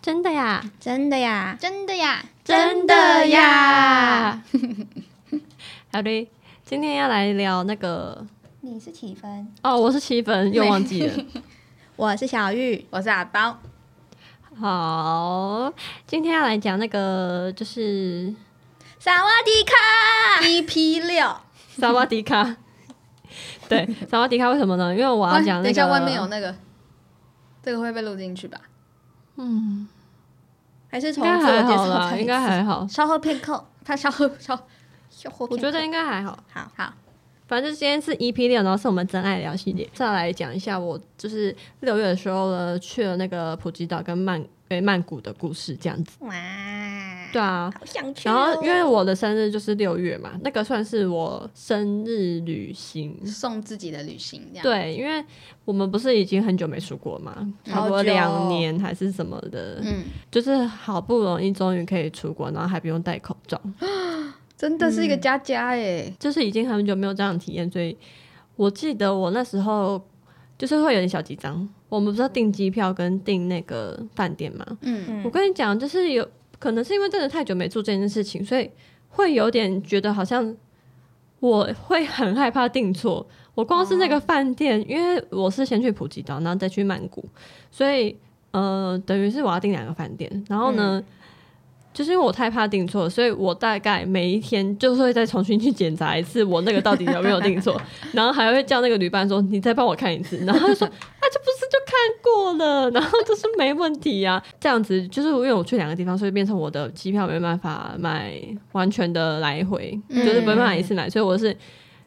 真的呀，真的呀，真的呀，真的呀。 好的，今天要来聊那个你是几分？哦，我是七分，又忘记了。我是小玉，我是阿包， 好，今天要来讲那个就是萨瓦迪卡。 EP 六。萨瓦迪 卡。对，萨瓦迪卡为什么呢？因为我要喂讲等那一下个外面有那个，这个会被录进去吧？嗯，还是应从该自我还介好绍啦，开始应该还好。稍后片刻。他稍后稍，稍后片刻我觉得应该还好。好，好，反正今天是 EP 六，然后是我们真爱聊系列。再来讲一下，我就是六月的时候呢，去了那个普吉岛跟曼诶曼谷的故事，这样子。哇，对啊，好想去然哦。后因为我的生日就是六月嘛，那个算是我生日旅行。送自己的旅行这样。，对，因为我们不是已经很久没出国嘛，差不多好久两年还是什么的，嗯，就是好不容易终于可以出国，然后还不用戴口罩，真的是一个佳佳哎，就是已经很久没有这样的体验，所以我记得我那时候就是会有点小紧张。我们不是要订机票跟订那个饭店嘛？嗯，我嗯，跟你讲，就是有可能是因为真的太久没做这件事情，所以会有点觉得好像我会很害怕订错。我光是那个饭店，因为我是先去普吉岛，然后再去曼谷，所以呃，等于是我要订两个饭店。然后呢，就是因为我太怕订错，所以我大概每一天就是会再重新去检查一次我那个到底有没有订错，然后还会叫那个旅伴说你再帮我看一次，然后他就说那就不是就看过了，然后就是没问题呀、 这样子就是因为我去两个地方，所以变成我的机票没办法买完全的来回，嗯就是没办法一次买，所以我是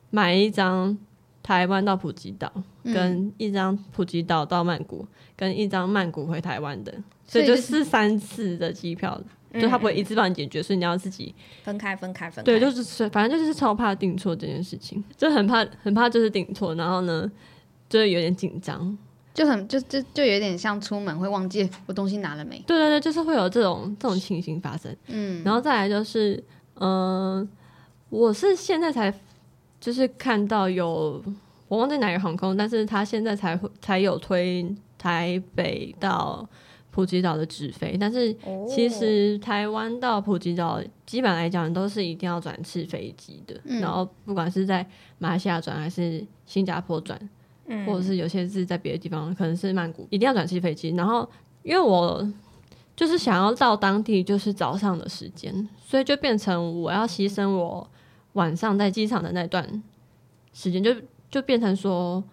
买一张台湾到普吉岛，嗯跟一张普吉岛到曼谷，跟一张曼谷回台湾的，所所以以就就是是三次的机票，就他不会一次帮你解决，所以你要自己嗯分开，分嗯开，分开。对，就是反正就是超怕订错这件事情，就很怕很怕就是订错，然后呢就是有点紧张，就很就就就有点像出门会忘记我东西拿了没。对对对，就是会有这种这种情形发生。嗯，然后再来就是，嗯、我是现在才就是看到有我忘记哪个航空，但是他现在才会才有推台北到普吉岛的直飞，但是哦其实台湾到普吉岛，基本来讲都是一定要转次飞机的。嗯然后不管是在马来西亚转还是新加坡转，嗯或者是有些是在别的地方，可能是曼谷，一定要转次飞机。然后因为我就是想要到当地就是早上的时间，所以就变成我要牺牲我晚上在机场的那段时间，就就变成说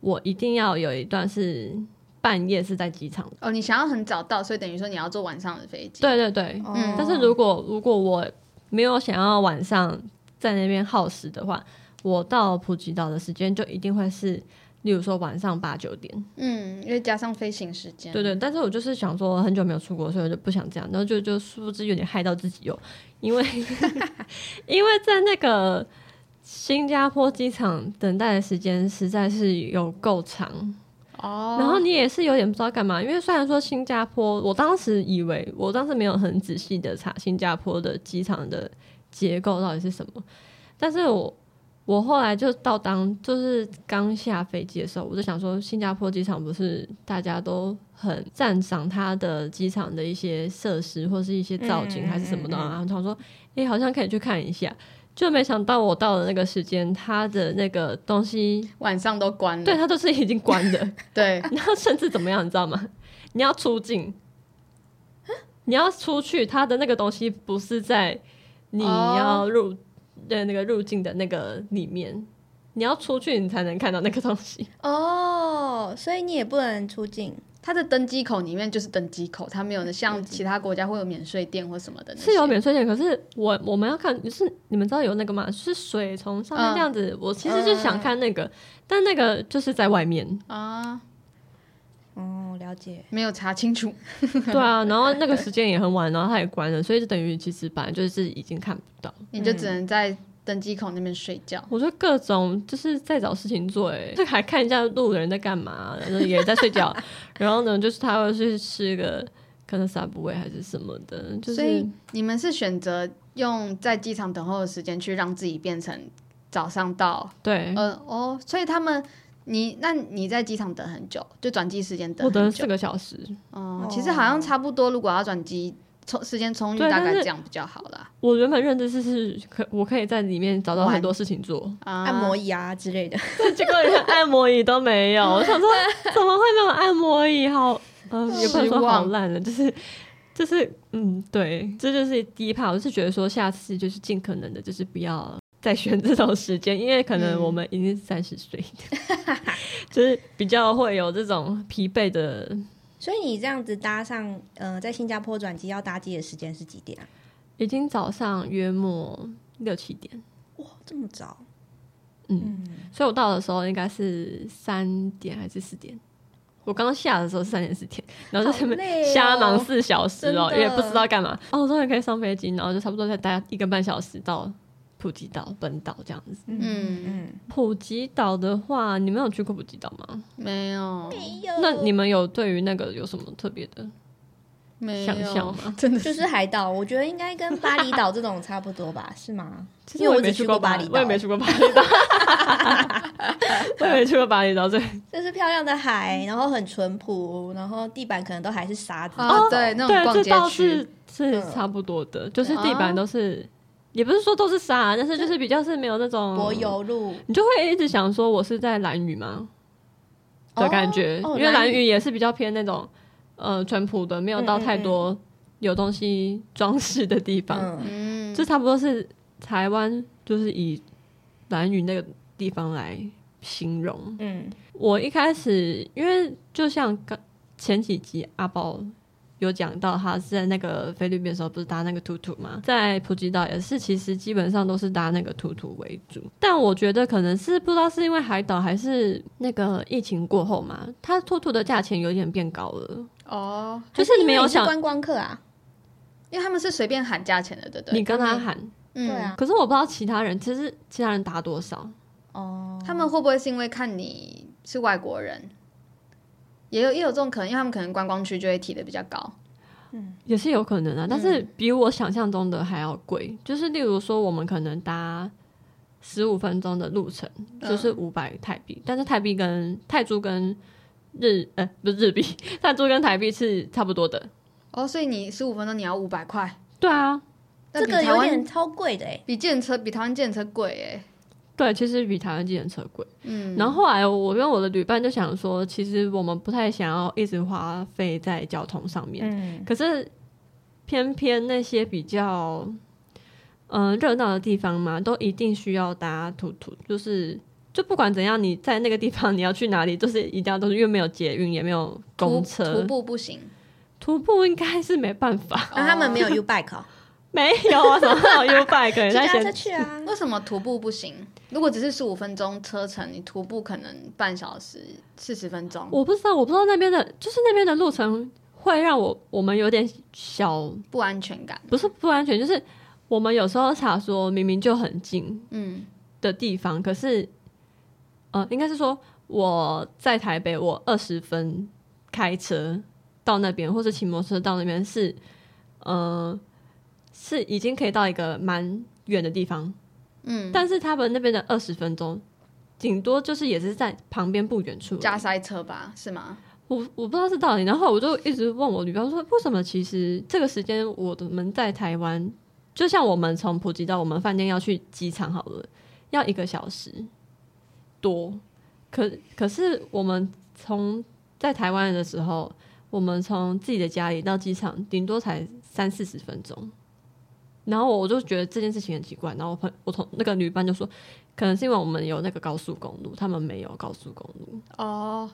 我一定要有一段是半夜是在机场的。哦，你想要很早到，所以等于说你要坐晚上的飞机。，对对对，哦但是如果如果我没有想要晚上在那边耗时的话，我到普吉岛的时间就一定会是，例如说晚上八九点，嗯，因为加上飞行时间。对对。但是我就是想说很久没有出国，所以我就不想这样，然后就就殊不知有点害到自己哟，因 为因为在那个新加坡机场等待的时间实在是有够长，哦，然后你也是有点不知道干嘛，因为虽然说新加坡，我当时以为我当时没有很仔细的查新加坡的机场的结构到底是什么，但是我我后来就到当就是刚下飞机的时候，我就想说新加坡机场不是大家都很赞赏它的机场的一些设施或是一些造景嗯还是什么的、嗯嗯啊，然后想说诶、好像可以去看一下，就没想到我到了那个时间，它的那个东西，晚上都关嗯了。对，它都是已经关的。对， 然后甚至怎么样，你知道吗？你要出境，你要出去，他的那个东西不是在你哦要入的那个入境的那个里面，你要出去你才能看到那个东西。哦，所以你也不能出境。它的登机口里面就是登机口，它没有像其他国家会有免税店或什么的那些。 是有免税店，可是我我们要看，就是你们知道有那个吗？是水从上面嗯这样子，我其实就想看那个，但那个就是在外面， 啊，哦，了解。没有查清楚。对啊，然后那个时间也很晚，然后它也关了，所以就等于其实本来就是已经看不到。你就只嗯能在登机口那边睡觉。我就各种就是在找事情做、欸，就还看一下路人在干嘛，然后也在睡 觉，然后呢，就是他会去吃个可能 Subway 还是什么的，就所是以你们是选择用在机场等候的时间去让自己变成早上到，对，呃哦，所以他们你那你在机场等很久，就转机时间等我等了很四久。个小时，哦嗯，其实好像差不多，如果要转机充时间充裕，对大但概是这样比较好啦。我原本认知是是可我可以在里面找到很多事情做，啊按摩椅啊之类的， 结果连按摩椅都没 有。我想说，怎么会没有按摩椅？好，嗯，也不能说失好望烂了，就是就是，嗯，对，这就是第一怕。我是觉得说，下次就是尽可能的，就是不要再选这种时间，因为可能嗯我们已经三十岁， 就是比较会有这种疲惫的。所以你这样子搭上，呃，在新加坡转机要搭机的时间是几点啊？已经早上约莫六七点，哇，这么早？所以我到的时候应该是三点还是四点。我刚下的时候是三点四点，然后在好上面累哦瞎忙四小时哦，真的也不知道干嘛。哦，我终于可以上飞机，然后就差不多再待一个半小时到普吉岛本岛这样子。嗯，嗯，普吉岛的话，你们有去过普吉岛吗？没有嗯呃那你们有对于那个有什么特别的没想象有，吗？真的是就是海岛，我觉得应该跟巴厘岛这种差不多吧，是吗？其因实为我也只没去去过巴巴厘岛，我也没去过巴厘岛， 我也没去过巴厘岛。对，这是漂亮的海，然后很淳朴，然后地板可能都还是沙子。啊，对，那种对，逛这街倒区是是嗯哦差不多的，就是地板都是，也不是说都是沙，啊但是就是比较是没有那种柏，油路你就会一直想说我是在蓝屿吗的感觉，哦哦因为蓝蓝屿屿也是比较偏那种呃淳朴的，没有到嗯嗯太多有东西 装饰的地方，嗯，嗯，这差不多是台湾就是以蓝屿那个地方来形容。嗯，我一开始因为就像刚前几集阿宝有讲到，他是在那个菲律宾的时候，不是搭那个突突嘛，在普吉岛也是，其实基本上都是搭那个突突为主。但我觉得可能是不知道是因为海岛还是那个疫情过后嘛，它突突的价钱有点变高了。哦，就是你没有想还是因为你是观光客啊？因为他们是随便喊价钱的，对不对？你跟他们，喊，嗯对啊，可是我不知道其他人，其实其他人搭多少，哦，他们会不会是因为看你是外国人，也有也有这种可能，因为他们可能观光区就会提的比较高。也是有可能啊，但是比我想象中的还要贵。就是例如说，我们可能搭十五分钟的路程，就是五百泰币，但是泰币跟泰铢跟日呃不是日币，泰铢跟台币是差不多的。哦，所以你十五分钟你要五百块，对啊，那这比个台有湾点超贵的哎，比建车比台湾建车贵哎。对，其实比台湾计程车贵。嗯，然后后来我跟我的旅伴就想说，其实我们不太想要一直花费在交通上面，嗯，可是偏偏那些比较嗯热闹的地方嘛，都一定需要搭图图，就是就不管怎样，你在那个地方你要去哪里，就是一定要都是因为没有捷运，也没有公徒车徒，步不行，徒步应该是没办 法，那他们没有 U bike 哦，没有啊，怎么会有 U bike？骑那脚踏些车去 啊。为什么徒步不行？如果只是十五分钟车程，你徒步可能半小时、四十分钟，我不知道，我不知道那边的，就是那边的路程会让我我们有点小不安全感。不是不安全，就是我们有时候查说明明就很近，嗯，的地方，可是，呃，应该是说我在台北，我二十分开车到那边，或是骑摩托车到那边是，呃，是已经可以到一个蛮远的地方，嗯，但是他们那边的二十分钟，顶多就是也是在旁边不远处而已。加塞车吧，是吗？我我不知道是到底，然后我就一直问我女朋友说，为什么其实这个时间我们在台湾，就像我们从普吉到我们饭店要去机场好了，要一个小时多，可可是我们从在台湾的时候，我们从自己的家里到机场顶多才三四十分钟，然后我就觉得这件事情很奇怪，然后我朋我同那个女伴就说，可能是因为我们有那个高速公路，他们没有高速公路，哦，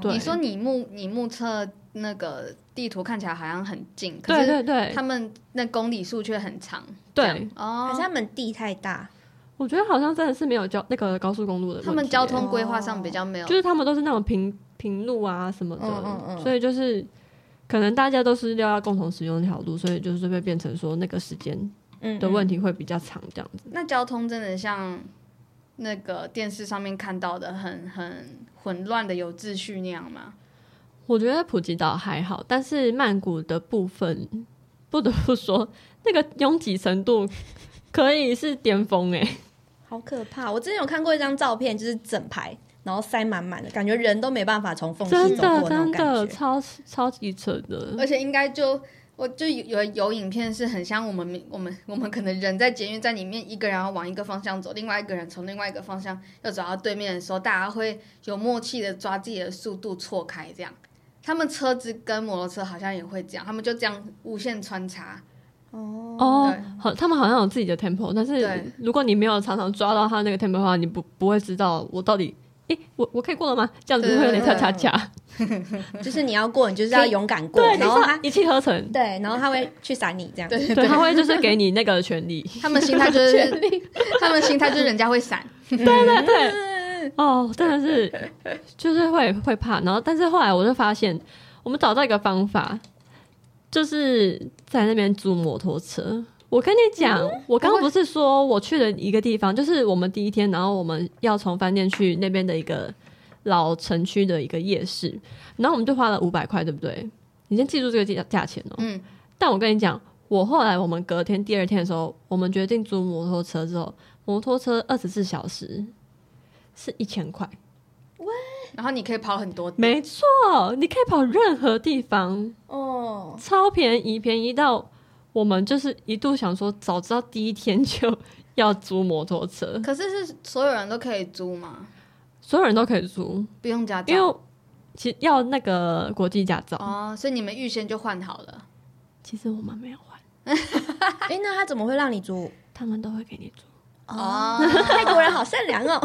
对，你说你目你目测那个地图看起来好像很近，可对是对对，他们那公里数却很长。这对样，哦，还是他们地太大，我觉得好像真的是没有交那个高速公路的问题耶，哦他们交通规划上比较没有就。是他们都是那种平平路啊什么的，嗯嗯嗯所以就是可能大家都是要共同使用那条路，所以就是会变成说那个时间嗯的问题。题会比较长这样子。那交通真的像那个电视上面看到的很很混乱的有秩序那样吗？我觉得普吉岛还好，但是曼谷的部分不得不说，那个拥挤程度可以是巅峰哎、好可怕！我之前有看过一张照片，就是整排然后塞满满的，感觉人都没办法从缝隙真走的过那种真感的觉。超超级扯的，而且应该就我就有有有影片是很像我们明我们 我们可能人在监狱站里面，一个人要往一个方向走，另外一个人从另外一个方向要走到对面的时候，大家会有默契的抓自己的速度错开，这样。他们车子跟摩托车好像也会这样，他们就这样无限穿插。哦对，好，他们好像有自己的 tempo，但对是如果你没有常常抓到他那个 tempo 的话，你不不会知道我到底，诶，我我可以过了吗？这样子对会有点对恰对恰恰，就是你要过，你就是要勇敢过，对，然后就是他一气呵 成，对，然后他会去闪你这样。对对，他会就是给你那个权利，他们心态就是他们心态就是人家会闪，对对对，哦，真的是就是会会怕，然后但是后来我就发现，我们找到一个方法，就是在那边租摩托车。我跟你讲，我刚刚不是说我去了一个地方，就是我们第一天，然后我们要从饭店去那边的一个老城区的一个夜市，然后我们就花了五百块，对不对？你先记住这个价价钱哦、嗯，但我跟你讲，我后来我们隔天第二天的时候，我们决定租摩托车之后，摩托车二十四小时是一千块，然后你可以跑很多地。没错，你可以跑任何地方，哦，超便宜，便宜到我们就是一度想说，早知道第一天就 要租摩托车，可是是所有人都可以租吗？所有人都可以租，不用家因长为其实要那个国际驾照，哦，所以你们预先就换好了。其实我们没有换，哎，那他怎么会让你租？他们都会给你租。 哦，泰国人好善良 哦。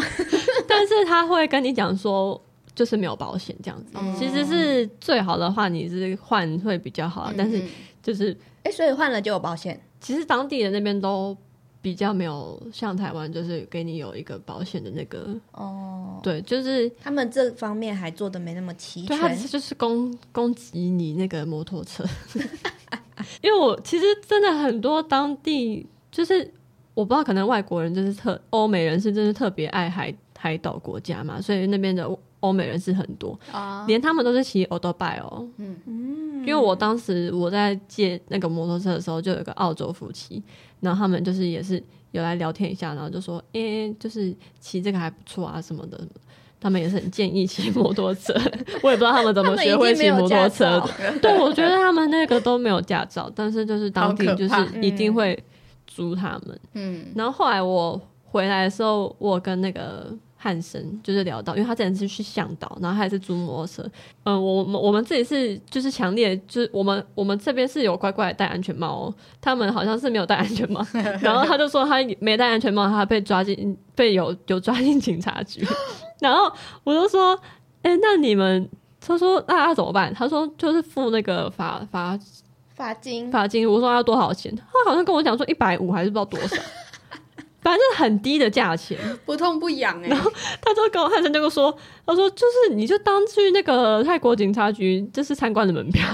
但是他会跟你讲说，就是没有保险这样子。嗯其实是最好的话，你是换会比较好，啊嗯 但是嗯就是哎，所以换了就有保险。其实当地人那边都比较没有像台湾，就是给你有一个保险的那个，哦，对，就是他们这方面还做的没那么齐对他只全是。就是攻攻击你那个摩托车， 因为我其实真的很多当地就是我不知道，可能外国人就是特欧美人是真的特别爱海海岛国家嘛，所以那边的欧欧美人是很多。啊，连他们都是骑 o d o b i 哦，嗯因为我当时我在借那个摩托车的时候，就有一个澳洲夫妻，然后他们就是也是有来聊天一下，然后就说，诶、就是骑这个还不错啊什么的，他们也是很建议骑摩托 车，我也不知道他们怎么学会骑摩托车他的。对，我觉得他们那个都没有驾照，但是就是当地好可就是怕一定会租他们。嗯然后后来我回来的时候，我跟那个汉生就是聊到，因为他之前是去向导，然后他也是租摩托车。嗯，我们我们自己是就是强烈，就是我们我们这边是有乖乖地戴安全帽、哦，他们好像是没有戴安全帽。然后他就说他没戴安全帽，他被抓进被有有抓进警察局。 然后我就说，哎、那你们。他说：“那、要怎么办？”他说：“就是付那个罚罚罚金罚金，我说要多少钱？他好像跟我讲说一百五还是不知道多少， 反正就是很低的价钱。不痛不痒 哎、欸，他就跟我汉生就说，他说就是你就当去那个泰国警察局，这是参观的门票，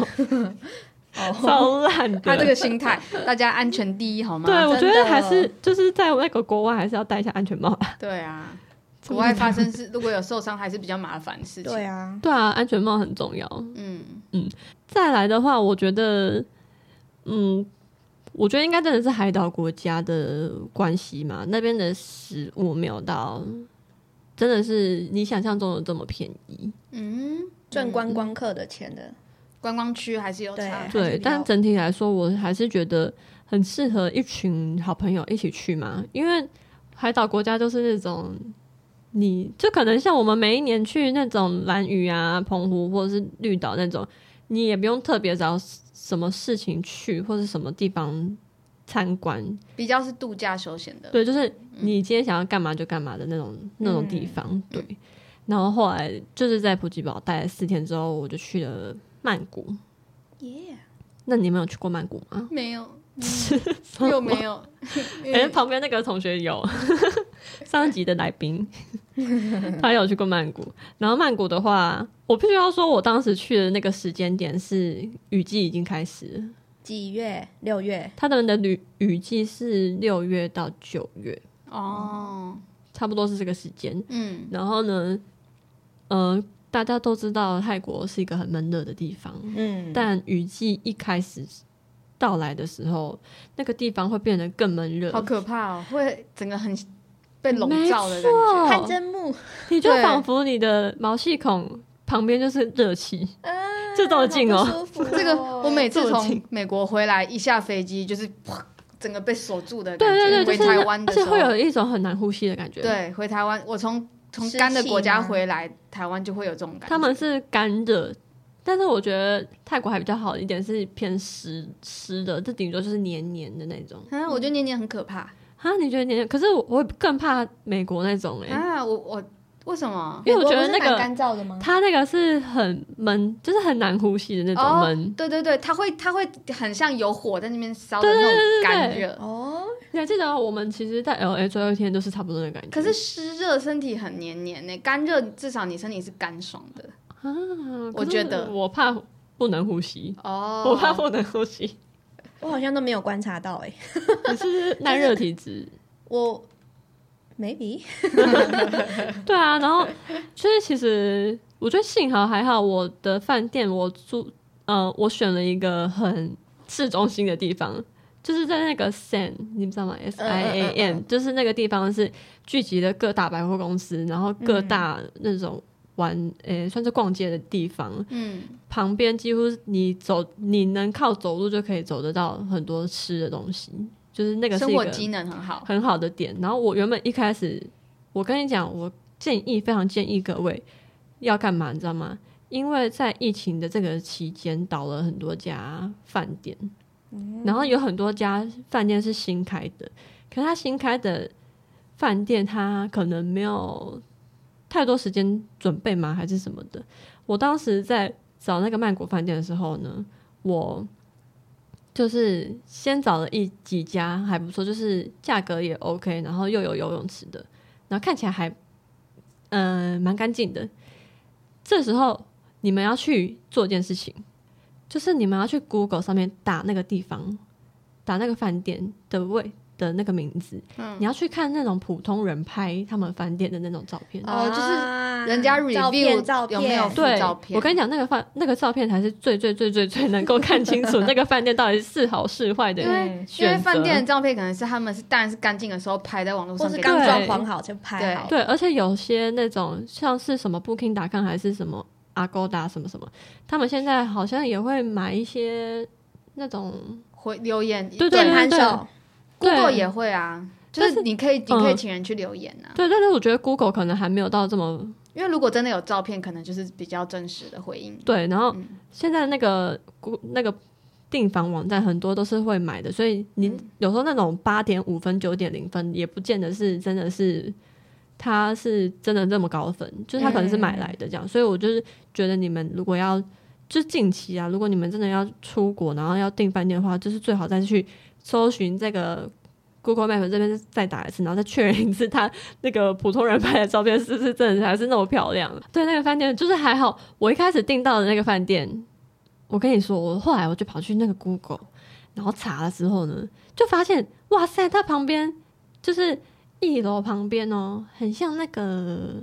哦 超烂的。他这个心态，大家安全第一好吗？对，我觉真得的哦还是就是在那个国外还是要戴一下安全帽 吧。对啊，国外发生是如果有受伤还是比较麻烦的事情。对啊，对啊，安全帽很重要。嗯，再来的话，我觉得，嗯，我觉得应该真的是海岛国家的关系嘛，那边的食物没有到，真的是你想象中的这么便宜。赚观光客的钱的。观光区还是有差对。还是啊对，比较但整体来说，我还是觉得很适合一群好朋友一起去嘛，因为海岛国家就是那种。你就可能像我们每一年去那种蓝屿啊、澎湖或者是绿岛那种，你也不用特别找什么事情去或者什么地方参观，比较是度假休闲的。对，就是你今天想要干嘛就干嘛的那种、那种地方，对。然后后来就是在普吉岛待了四天之后，我就去了曼谷。耶，那你们有去过曼谷吗？没有， 嗯又没有，哎、旁边那个同学有， 上一集的来宾，他有去过曼谷。然后曼谷的话，我必须要说，我当时去的那个时间点是雨季已经开始了，几月？六月。他们的雨雨季是六月到九月，哦，差不多是这个时间。嗯，然后呢，呃，大家都知道泰国是一个很闷热的地方，嗯，但雨季一开始到来的时候，那个地方会变得更闷热好。可怕哦，会整个很被笼罩没的感觉。错汗蒸木，你就对仿佛你的毛细孔旁边就是热气，啊这多近哦好不舒服哦这个我每次这么从近美国回来，一下飞机就是 砰整个被锁住的对感觉。对对，就回是台湾而的时且候，会有一种很难呼吸的感觉。，对回台湾，我从从湿干的气国家吗回来，台湾就会有这种感觉。他们是干热，但是我觉得泰国还比较好一点，是偏湿湿的，这顶多就是黏黏的那种。啊，我觉得年年很可怕啊，你觉得黏黏？可是我我更怕美国那种哎、啊！我我为什么？ 因为我觉得美国不是那个蛮干燥的吗？它那个是很闷，就是很难呼吸的那种哦闷。对对对，它会它会很像有火在那边烧的那种干热，哦，你还记得我们其实，在 L A 最后一天都是差不多的感觉。可是湿热身体很黏黏呢、欸干热至少你身体是干爽的啊，我可是觉得我怕不能呼吸，哦。我怕不能呼 吸，我好像都没有观察欸到哎、你是不是耐热体质。我 maybe 对啊，然后就是其实我觉得幸好还好，我的饭店我住呃，我选了一个很市中心的地方，就是在那个 San，你知道吗？S I A 嗯嗯 M，、就是那个地方是聚集了各大百货公司，然后各嗯大那种玩诶、算是逛街的地方，嗯，旁边几乎你走你能靠走路就可以走得到很多吃的东西，就是那个是生一活个机能很好。很好的点。然后我原本一开始，我跟你讲，我建议非常建议各位要干嘛，你知道吗？因为在疫情的这个期间，倒了很多家饭店，然后有很多家饭店是新开的，可是它新开的饭店，它可能没有太多时间准备吗？还是什么的？我当时在找那个曼谷饭店的时候呢，我就是先找了一几家还不错，就是价格也 OK，然后又有游泳池的，然后看起来还嗯蛮干净的。这时候你们要去做一件事情，就是你们要去 Google 上面打那个地方，打那个饭店的位的那个名字，嗯你要去看那种普通人拍他们饭店的那种照片。哦就是是人家啊照片 review 照有片没有附对照，片？我跟你讲，那个饭那个照片才是最最最最最能够看清楚那个饭店到底是好是坏的因为因为选择。饭店的照片可能是他们是当然是干净的时候拍在网络或上是给刚大家装对潢好就拍好，对，而且有些那种像是什么 Booking 打看还是什么 Agoda 什么什么，他们现在好像也会买一些那种回留言，对键盘手， Google 对也会啊，就但是是你可以你可以嗯请人去留言啊，对，但是我觉得 Google 可能还没有到这么因为如果真的有照片，可能就是比较真实的回应。对。然后嗯现在那个 Goo- 那个订房网站很多都是会买的，所以你嗯有时候那种八点五分、九点零分，也不见得是真的是他是真的这么高分，就是他可能是买来的这样。所以我就是觉得你们如果要就是近期啊，如果你们真的要出国，然后要订饭店的话，就是最好再去搜寻这 个。Google Map 这边再打一次，然后再确认一次，他那个普通人拍的照片是不是真的还是那么漂亮？对，那个饭店就是还好，我一开始订到的那个饭店，我跟你说，我后来我就跑去那个 Google，然后查了之后呢，就发现哇塞，它旁边就是一楼旁边哦，很像那个，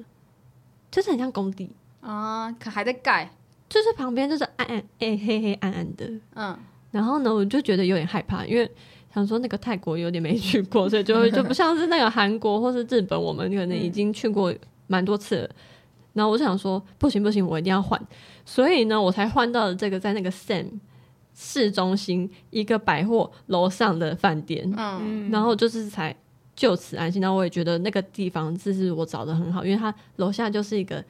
就是很像工地，啊，可还在盖，就是旁边就是暗暗哎、黑黑暗暗的。嗯，然后呢，我就觉得有点害怕，因为想说那个泰国有点没去过，所以就会就不像是那个韩国或是日本，我们可能已经去过蛮多次了。然后我就想说，不行不行，我一定要换，所以呢，我才换到了这个在那个 Sam 市中心一个百货楼上的饭店。嗯，嗯然后就是才就此安心。然后我也觉得那个地方就是我找的很好，因为它楼下就是一个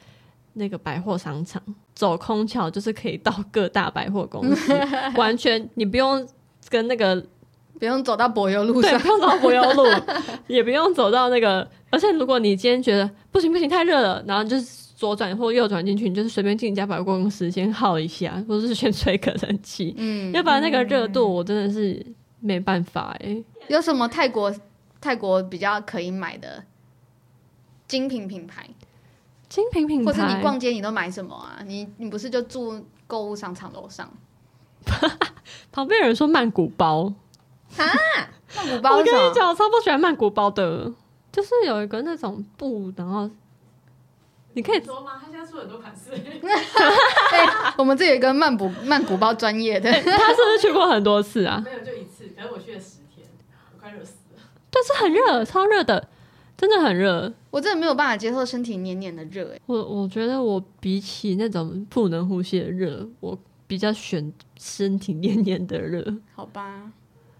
那个百货商场，走空桥就是可以到各大百货公 司，完全你不用跟那个不用走到柏油路对，上，不用走柏油路，也不用走到那个。而且如果你今天觉得不行不行太热了，然后就是左转或右转进去，你就是随便进一家百货公司先耗一下，或者是先吹个冷气，嗯，要不然那个热度我真的是没办法哎、 有什么泰国泰国比较可以买的精品品牌，精品品牌，或是你逛街你都买什么啊？你你不是就住购物商场楼上？旁边有人说曼谷包，曼谷包 我是跟你什么？讲，我超不喜欢曼谷包的，就是有一个那种布，然后你可以多吗？他现在出很多款式，对，我们这有一个曼 谷曼谷包专业的，他是不是去过很多次啊？没有就一次，可是我去了十天，我快热死了。但是很热，超热的。真的很热。我真的没有办法接受身体黏黏的热、欸，我我觉得我比起那种不能呼吸的热，我比较选身体黏黏的热。好吧，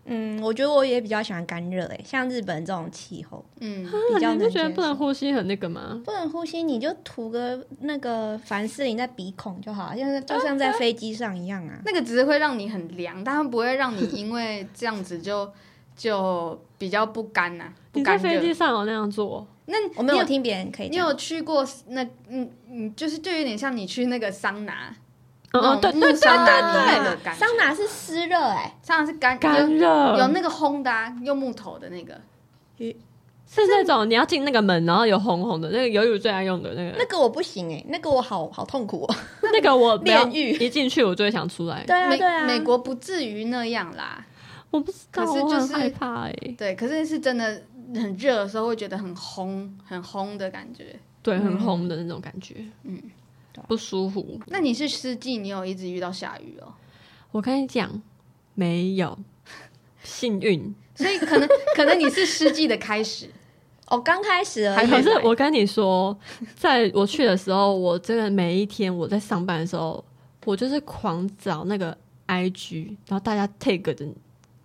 嗯，我觉得我也比较喜欢干热诶、欸像日本这种气候，嗯，比啊较你不能觉得接不能受呼吸很那个吗？不能呼吸，你就涂个那个凡士林在鼻孔就好，像是就像在飞机上一样啊。那个只是会让你很凉，但它不会让你因为这样子就就比较不干呐、不你在干飞热。机上有哦那样做？那你我没有有听别人可以你这样，有去过那嗯嗯，就是就有点像你去那个桑拿，嗯那嗯，种对对木对桑拿里面对的对，感觉。桑拿是湿热哎，桑拿是干干有热有那个烘的、啊，用木头的那个，是那种你要进那个门，然后有红红的那个游泳最爱用的那那个，个我不行哎、那个我好好痛苦、哦。那个我不要炼狱一进去我就会想出来。对啊美对啊，美国不至于那样啦。我不知道，可是我就很是害怕哎，对，可是是真的很热的时候会觉得很烘，很烘的感觉。对，很嗯红的那种感觉，嗯嗯，不舒服。那你是湿季，你有一直遇到下雨哦？我跟你讲，没有幸运，所以可能 可能你是湿季的开始，哦刚开始而还已，可没是来我跟你说，在我去的时候，我真的每一天我在上班的时候，我就是狂找那个 IG，然后大家 tag 的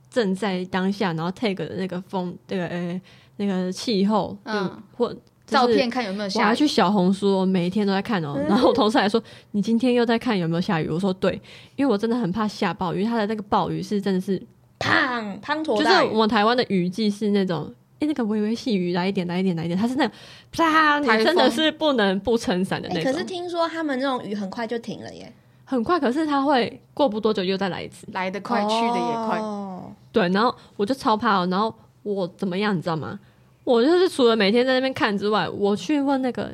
正在当下，然后 tag 的那个风，那个呃那个气候，嗯嗯，或、就是照片。看有没有我下还雨。嗯去小红书，我每一天都在看哦、然后我同事还说：“你今天又在看有没有下雨？”我说：“对，因为我真的很怕下暴雨，因为它的那个暴雨是真的是胖滂沱就是大雨我们台湾的雨季是那种，哎、那个微微细雨来一点，来一点，来一点，它是那种，啪，你台风真的是不能不撑伞的那哎、种。可是听说他们那种雨很快就停了耶，很快，可是它会过不多久又再来一次。来得快，去的也快。哦、对，然后我就超怕哦，然后我怎么样，你知道吗？我就是除了每天在那边看之外，我去问那个，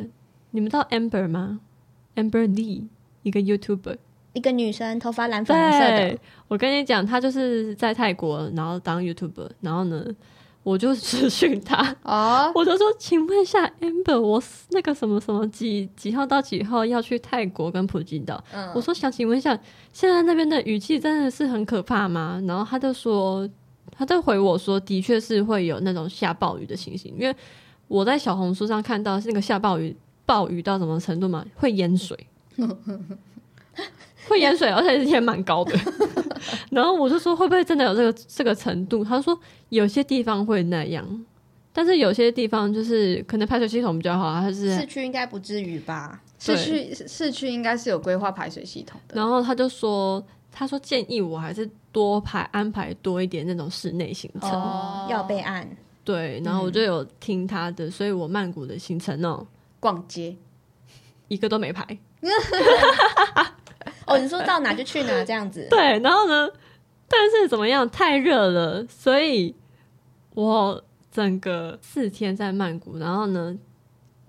你们知道 Amber 吗？Amber Lee，一个 YouTuber。一个女生头发蓝粉红色的对，，我跟你讲，她就是在泰国，然后当 YouTuber，然后呢，我就私讯她。哦，我就说，请问一下 Amber，我是那个什么什么几几号到几号要去泰国跟普吉岛？嗯我说想请问一下，现在那边的雨季真的是很可怕吗？然后他就说，他就回我说，的确是会有那种下暴雨的情形，因为我在小红书上看到是那个下暴雨，暴雨到什么程度嘛？会淹水，会淹水，而且也蛮高的。 然后我就说，会不会真的有这个这个程度？他说有些地方会那样。但是有些地方就是可能排水系统比较好，它是市区应该不至于吧？市对区市区应该是有规划排水系统的。然后他就说，他说建议我还是多排安排多一点那种室内行程。哦要备 案，对，然后我就有听他的，所以我曼谷的行程哦，逛街，一个都没排。哦，你说到哪就去哪这样子，对，然后呢，但是怎么样，太热了，所以我整个四天在曼谷，然后呢，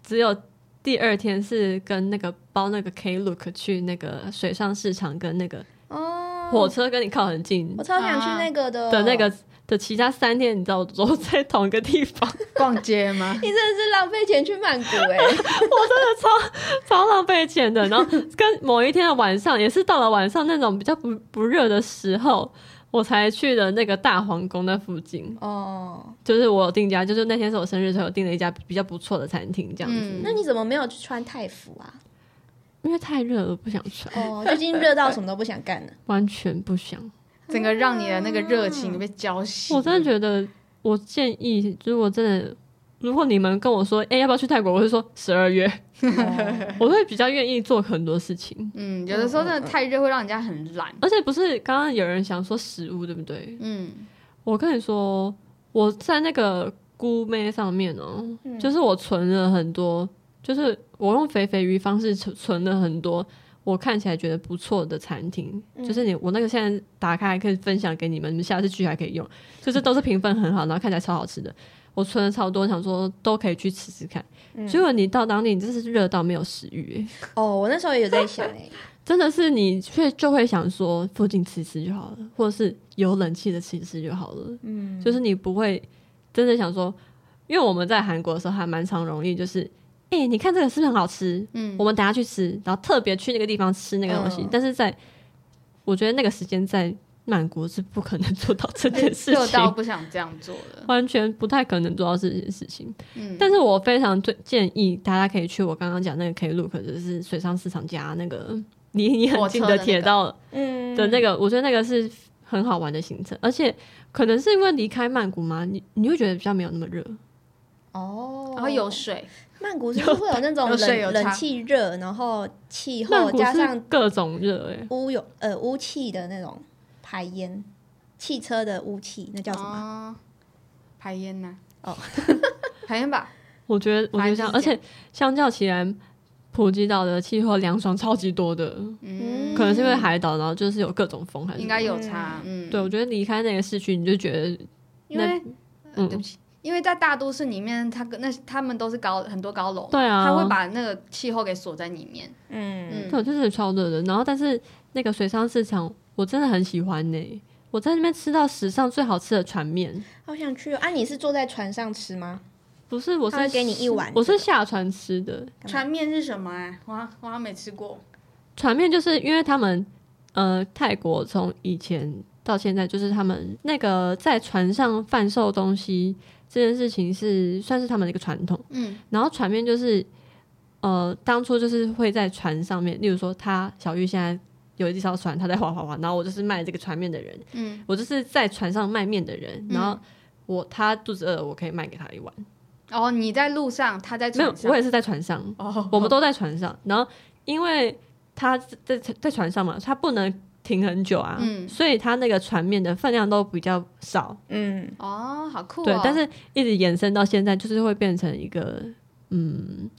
只有第二天是跟那个包那个 K Look 去那个水上市场，跟那个哦，火车跟你靠很近我超想去那个的的那个。的其他三天，你知道我都在同一个地方， 逛街吗？你真的是浪费钱去曼谷哎、超浪费钱的。然后跟某一天的晚上，也是到了晚上那种比较不不热的时候，我才去了那个大皇宫那附近。哦，就是我有订家，就是那天是我生日，所以我订了一家比较不错的餐厅，这样子。嗯那你怎么没有去穿泰服啊？因为太热了，不想穿，哦，最近热到什么都不想干了。完全不想。 整个让你的那个热情被浇熄。我真的觉得，我建议，如果真的，如果你们跟我说，哎、要不要去泰国？我会说十二月，哦我会比较愿意做很多事情。嗯，有的时候真的太热会让人家很懒。而且不是刚刚有人想说食物，对不对？嗯，我跟你说，我在那个姑妹上面哦、嗯就是我存了很多，就是我用肥肥鱼方式存存了很多我看起来觉得不错的餐厅，嗯就是你我那个现在打开可以分享给你们，你们下次去还可以 用，就是都是评分很好，然后看起来超好吃的。我存了超多，想说都可以去吃吃看。嗯结果你到当地，你真是热到没有食欲、欸哦，我那时候也有在想哎、 真的是你却就会想说附近吃吃就好了，或者是有冷气的吃吃就好了。嗯，就是你不会真的想说，因为我们在韩国的时候还蛮常容易就是，哎、你看这个是不是很好吃？嗯我们等下去吃，然后特别去那个地方吃那个东西。嗯但是在我觉得那个时间在曼谷是不可能做到这件 事热到情，不想这样做了。完全不太可能做到这件事情。嗯，但是我非常推建议大家可以去我刚刚讲那个 K Look，就是水上市场加那个离你很近的铁道嗯的那个，我觉得那个是很好玩的行程，而且可能是因为离开曼谷嘛，你你会觉得比较没有那么热，哦，然后有水，曼谷是不是会有那种有水有冷差冷气热，然后气曼候谷加是上各种热哎、污有呃污气的那种排烟，汽车的污气那叫什哦嗯么？么？哦排烟呐？哦， 排烟吧。我觉得我觉得这样，而反正就是且这相较起来，普吉岛的气候凉爽超级多的，嗯，可能是因为海岛，然后就是有各种风还是应该有差。嗯，对，我觉得离开那个市区，你就觉得因为嗯呃对不起，因为在大都市里面，它跟那他们都是高很多高哦楼，对啊，它会把那个气候给锁在里面。嗯，对，就是超热的。然后，但是那个水上市场我真的很喜欢呢、我在那边吃到史上最好吃的船面，好想去哦啊！你是坐在船上吃吗？不是，我他会是给你一碗我是下船吃的。船面是什么啊？我好我好像没吃过。船面就是因为他们呃泰国从以前到现在，就是他们那个在船上贩售东西这件事情是算是他们的一个传统。嗯，然后船面就是呃，当初就是会在船上面，例如说他小玉现在有一艘船，他在划划划，然后我就是卖这个船面的人，嗯，我就是在船上卖面的人，然后我他肚子饿了，我可以卖给他一碗，哦，你在路上，他在没有船，上。我也是在船上，哦，我们都在船上，然后因为他在在船上嘛，他不能。停很久啊，嗯所以他那个船面的分量都比较少，嗯，哦，好酷哦。对，但是一直延伸到现在，就是会变成一个嗯，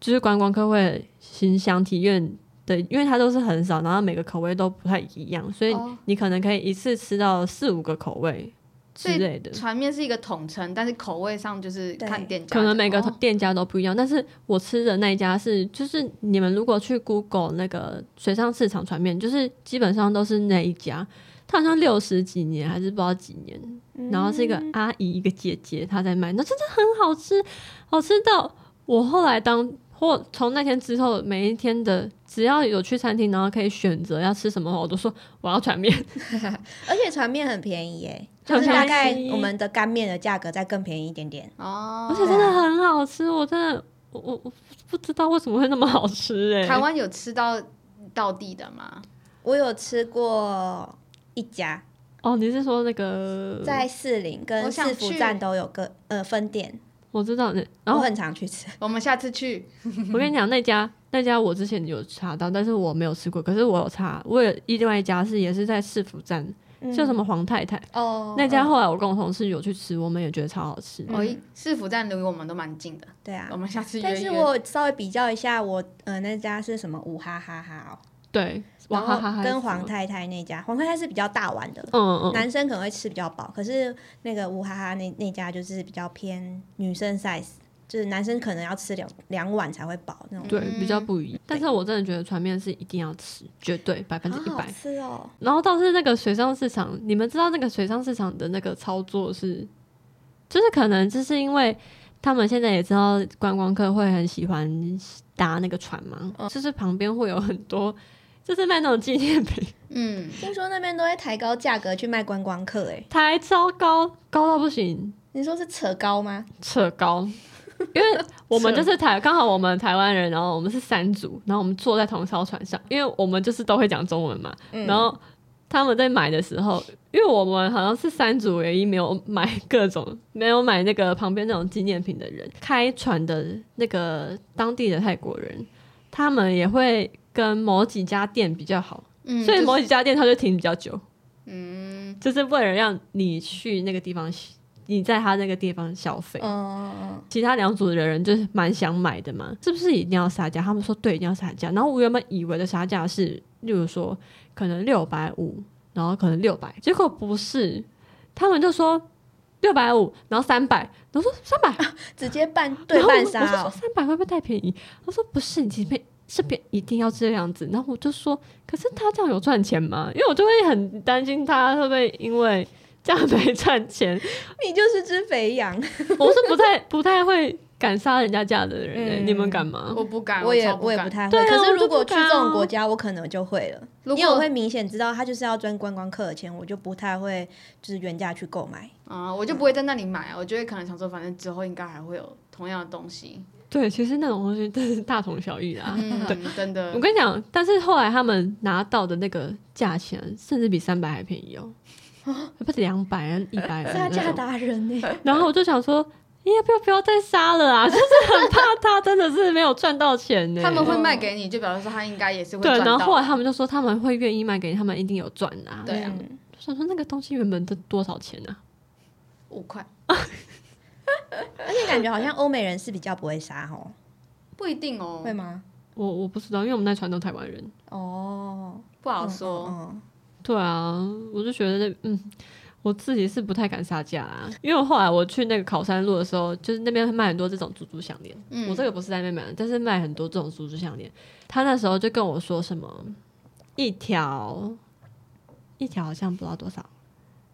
就是观光客会心想体验的，因为它都是很少，然后每个口味都不太一样，所以哦你可能可以一次吃到四五个口味之所以类的，船面是一个统称，但是口味上就是对看店家的。可能每个哦店家都不一样。但是我吃的那一家是，就是你们如果去 Google 那个水上市场船面，就是基本上都是那一家。它好像六十几年还是不知道几年，嗯然后是一个阿姨一个姐姐，她在卖，那真的很好吃，好吃到我后来当或从那天之后，每一天的只要有去餐厅，然后可以选择要吃什么，我都说我要船面，而且船面很便宜耶，很 就是大概便宜我们的干面的价格再更便宜一点点。哦，而且真的很好吃，我真的我我我不知道为什么会那么好吃哎、台湾有吃到到地的吗？我有吃过一家，哦，你是说那个？在士林我跟想市府去站都有个呃分店，我知道，然我后很常去吃。我们下次去。我跟你讲，那家那家我之前有查到，但是我没有吃过。可是我有查，我有另外一家是也是在市府站，叫什么黄太太、嗯哦，那家。哦后来我跟我同事有去吃，我们也觉得超好吃。我一哦市府站离我们都蛮近的，对啊我，们下次约但是约我稍微比较一下，我呃那家是什么五哈哈哈哦，对，哇哈哈然哈后跟黄太，太太那家，黄太太是比较大碗的，嗯嗯，男生可能会吃比较饱，可是那个五哈哈那那家就是比较偏女生 size，就是男生可能要吃两两碗才会饱那种。对，嗯比较不一样。但是我真的觉得船面是一定要吃，绝对百分之一好好百。吃哦！然后倒是那个水上市场，你们知道那个水上市场的那个操作是，就是可能就是因为他们现在也知道观光客会很喜欢搭那个船嘛，就是旁边会有很多就是卖那种纪念品，嗯，听说那边都会抬高价格去卖观光客，哎，抬超高，高到不行，你说是扯高吗？扯高。因为我们就是台，刚好我们台湾人，然后我们是三组，然后我们坐在同一艘船上，因为我们就是都会讲中文嘛，嗯然后他们在买的时候，因为我们好像是三组唯一没有买各种 没有买那个旁边那种纪念品的人，开船的那个当地的泰国人，他们也会跟某几家店比较好，嗯所以就是某几家店他就停比较久。嗯，就是为了让你去那个地方，你在他那个地方消费。嗯，其他两组的人就是蛮想买的嘛，是不是一定要杀价？他们说对，一定要杀价。然后我原本以为的杀价是，例如说可能六百五，然后可能六百，结果不是，他们就说六百五，然后三百，然后说三百，直接半对半杀然后我哦就说，三百会不会太便宜？他说不是，你这边这边一定要这样子。然后我就说，可是他这样有赚钱吗？因为我就会很担心他会不会因为这样没赚钱，你就是只肥 羊。我是不太不太会敢杀人家架的人、欸，嗯你们敢吗？我不敢，我也超我也敢不。太会。对啊可我是就如果不去敢这啊种国家，我可能就会了，如因为我果会明显知道他就是要赚观光客的钱，我就不太会就是原价去购买。啊，我就不会在那里买，我就会可能想说，反正之后应该还会有同样的东西。对，其实那种东西真是大同小异啦。嗯，真我的，跟你讲，但是后来他们拿到的那个价钱，甚至比三百还便宜哦、还不止两百啊，一百杀价达人呢、然后我就想说，你要不要不要再杀了啊？就是很怕他真的是没有赚到钱呢、 他们会卖给你，就表示说他应该也是会对，赚到。啊然后后来他们就说他们会愿意卖给你，他们一定有赚啊。对啊嗯就想说那个东西原本都多少钱啊？五块而且感觉好像欧美人是比较不会杀哦，不一定哦会，吗？我我不知道，因为我们那船都台湾人。哦，不好嗯说。嗯对啊，我就觉得那嗯，我自己是不太敢杀价啊，因为我后来我去那个考山路的时候，就是那边卖很多这种珠珠项链。嗯，我这个不是在那边买的，但是卖很多这种珠珠项链。他那时候就跟我说什么一条一条好像不知道多少，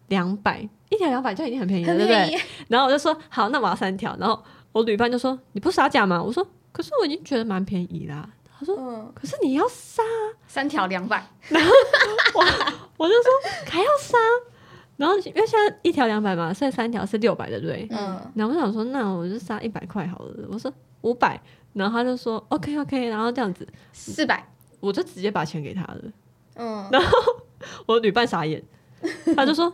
两百一条两百就已经很便宜嗯了，很对不便对？ 宜，然后我就说好，那我要三条。然后我旅伴就说你不杀价吗？我说可是我已经觉得蛮便宜啦。他说嗯，可是你要杀，三条两百，我就说还要杀。然后因为现在一条两百嘛，所以三条是六百，对不对？嗯，然后我想说，那我就杀一百块好了。我说五百，然后他就说 OK OK，然后这样子，四百，我就直接把钱给他了。嗯，我女伴傻眼，他就说：“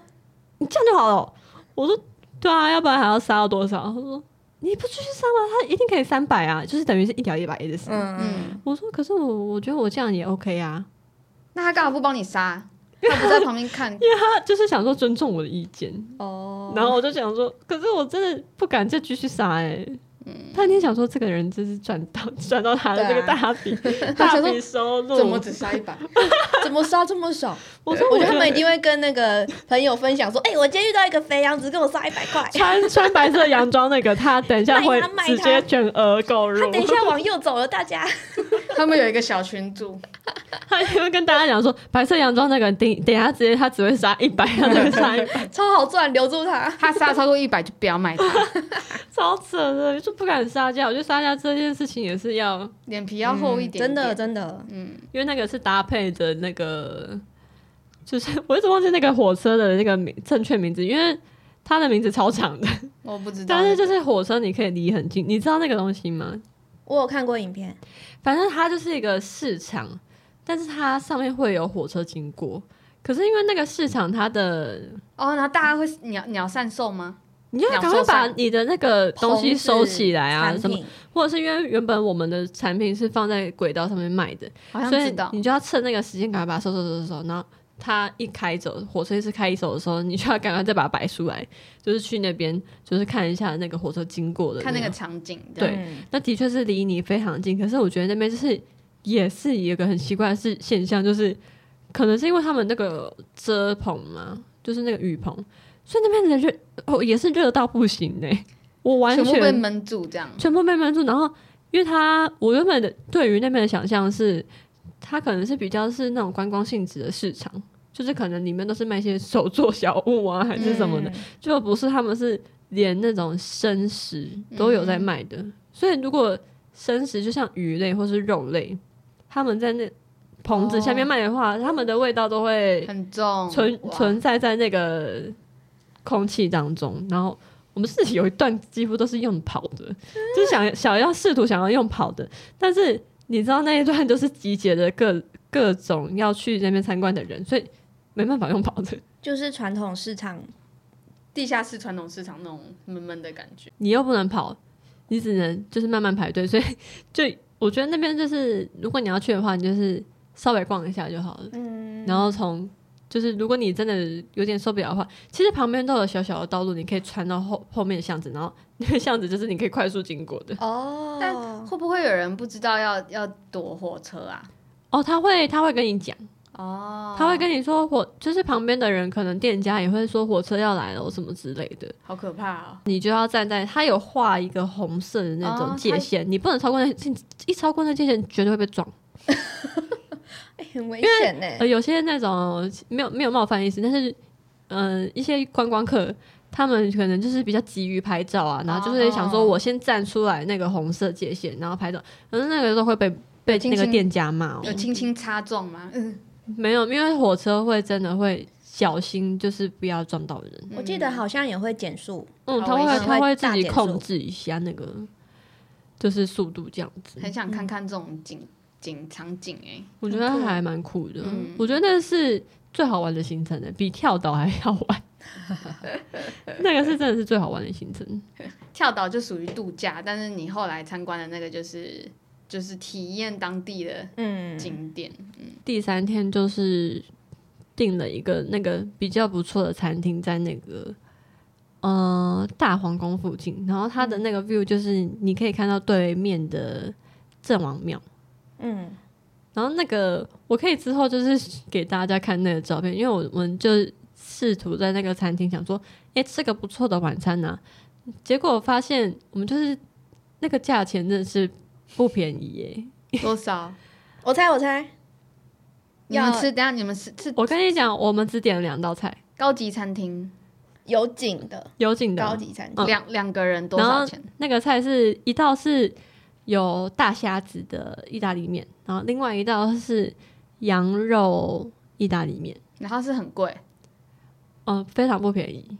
你这样就好了哦。”我说：“对啊，要不然还要杀到多少？”他说：“你不继续杀吗？他一定可以三百啊，就是等于是一条一百 A 的事。嗯嗯嗯，我说：“可是我我觉得我这样也 OK 啊。那他干嘛不帮你杀？他不在旁 边看，”他就是想说尊重我的意见，哦，然后我就想说：“可是我真的不敢再继续杀哎、他一定想说这个人真是赚到 赚到他的这个嗯对啊大笔、他大想说笔收入，怎么只杀一百？嗯怎么杀这么少？我说我觉得他们每一天定会跟那个朋友分享说，哎、我今天遇到一个肥羊，只跟我杀一百块，穿穿白色洋装那个，他等一下会卖他卖直接他全额购入。他等一下往右走了，大家， 他们有一个小群组，他也会跟大家讲说，白色洋装那个人，等等一下直接他只会杀一百，他只会杀一 百，超好赚，留住他。他杀超过一百就不要 买它，超扯的，就不敢杀价。我觉得杀价这件事情也是要，脸皮要厚一点真的点，真的，嗯，因为那个是搭配着那个，就是 我一直忘记那个火车的那个名正确名字，因为它的名字超长的，我不知道但那个，是就是火车你可以离很近，你知道那个东西吗？我有看过影片，反正它就是一个市场，但是它上面会有火车经过。可是因为那个市场，它的哦，然后大家会鸟鸟散售吗？你要鸟赶快兽把散你的那个东西同志收起来啊，产什么品或者是因为原本我们的产品是放在轨道上面卖的，好像所知以道，你就要趁那个时间赶快把它收收收收收，然后它一开走，火车一次开一走的时候，你就要赶快再把它摆出来，就是去那边就是看一下那个火车经过的、看那个个，场景，对嗯那的确是离你非常近，可是我觉得那边就是也是一个很奇怪的是现象，就是可能是因为他们那个遮棚嘛，就是那个雨棚，所以那边的热哦也是热到不行呢、我完全全部被闷住这样。全部被闷住。然后，因为他我原本的对于那边的想象是，它可能是比较是那种观光性质的市场，就是可能里面都是卖一些手作小物啊，还是什么的，嗯就不是他们是连那种生食都有在卖的。所以，如果生食就像鱼类或是肉类，他们在那棚子下面卖的话，他们的味道都会很重，存哇存在在那个空气当中，然后。我们是有一段几乎都是用跑的，就是想想要试图想要用跑的，但是你知道那一段就是集结的各各种要去那边参观的人，所以没办法用跑的。就是传统市场，地下室传统市场那种闷闷的感觉。你又不能跑，你只能就是慢慢排队，所以 就我觉得那边就是如果你要去的话，你就是稍微逛一下就好了。嗯，然后从就是如果你真的有点受不了的话，其实旁边都有小小的道路，你可以穿到后后面的巷子，然后那个巷子就是你可以快速经过的。哦，但会不会有人不知道要要躲火车啊？哦，他会他会跟你讲，哦，他会跟你说火，就是旁边的人可能店家也会说火车要来了什么之类的，好可怕啊、你就要站在他有画一个红色的那哦种他界限，你不能超过那一超过那界限绝对会被撞。哎很危险呢。呃呃，有些那种没有没有冒犯意思，但是嗯、呃一些观光客他们可能就是比较急于拍照啊，然后就是想说我先站出来那个红色界限，然后拍照，可是那个时候会被被轻那个轻店家骂、哦。有轻轻擦撞吗？嗯，没有，因为火车会真的会小心，就是不要撞到人。我记得好像也会减速，嗯，好他危会险他会会大自己减速控制一下那个，就是速度这样子。很想看看这种景景场景哎、我觉得还蛮酷的，嗯我觉得那是最好玩的行程的，欸比跳岛还要玩。那个是真的是最好玩的行程，跳岛就属于度假，但是你后来参观的那个就是就是体验当地的嗯，景点。第三天就是订了一个那个比较不错的餐厅，在那个呃大皇宫附近，然后它的那个 view 就是你可以看到对面的郑王庙，嗯，然后那个我可以之后就是给大家看那个照片，因为我我们就试图在那个餐厅想说，诶，吃个不错的晚餐呐、结果发现我们就是那个价钱真的是不便宜耶。多少？我猜我猜，你要们吃？等一下你们吃吃我跟你讲，我们只点了两道菜，高级餐厅，有景的有景高的啊级餐厅，两两个人多少钱？那个菜是一道是有大虾子的意大利面，然后另外一道是羊肉意大利面，然后是很贵，嗯、非常不便宜。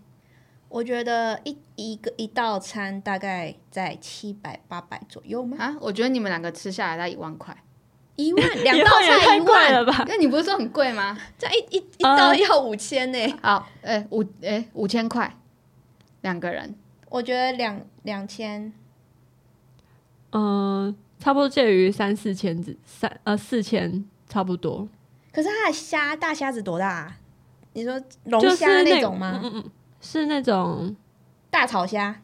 我觉得一一个一道餐大概在七百八百左右吗？啊，我觉得你们两个吃下来大概一万块。一 万两也道也菜太一贵了万，吧？那你不是说很贵吗？这样一一一呃道要五千呢。好，哎、五哎、五千块，两个人，我觉得两两千，嗯，差不多介于三四千之三呃四千差不多，可是它的虾大虾子多大、啊？你说龙就是虾那种吗？嗯嗯嗯，是那种大草虾，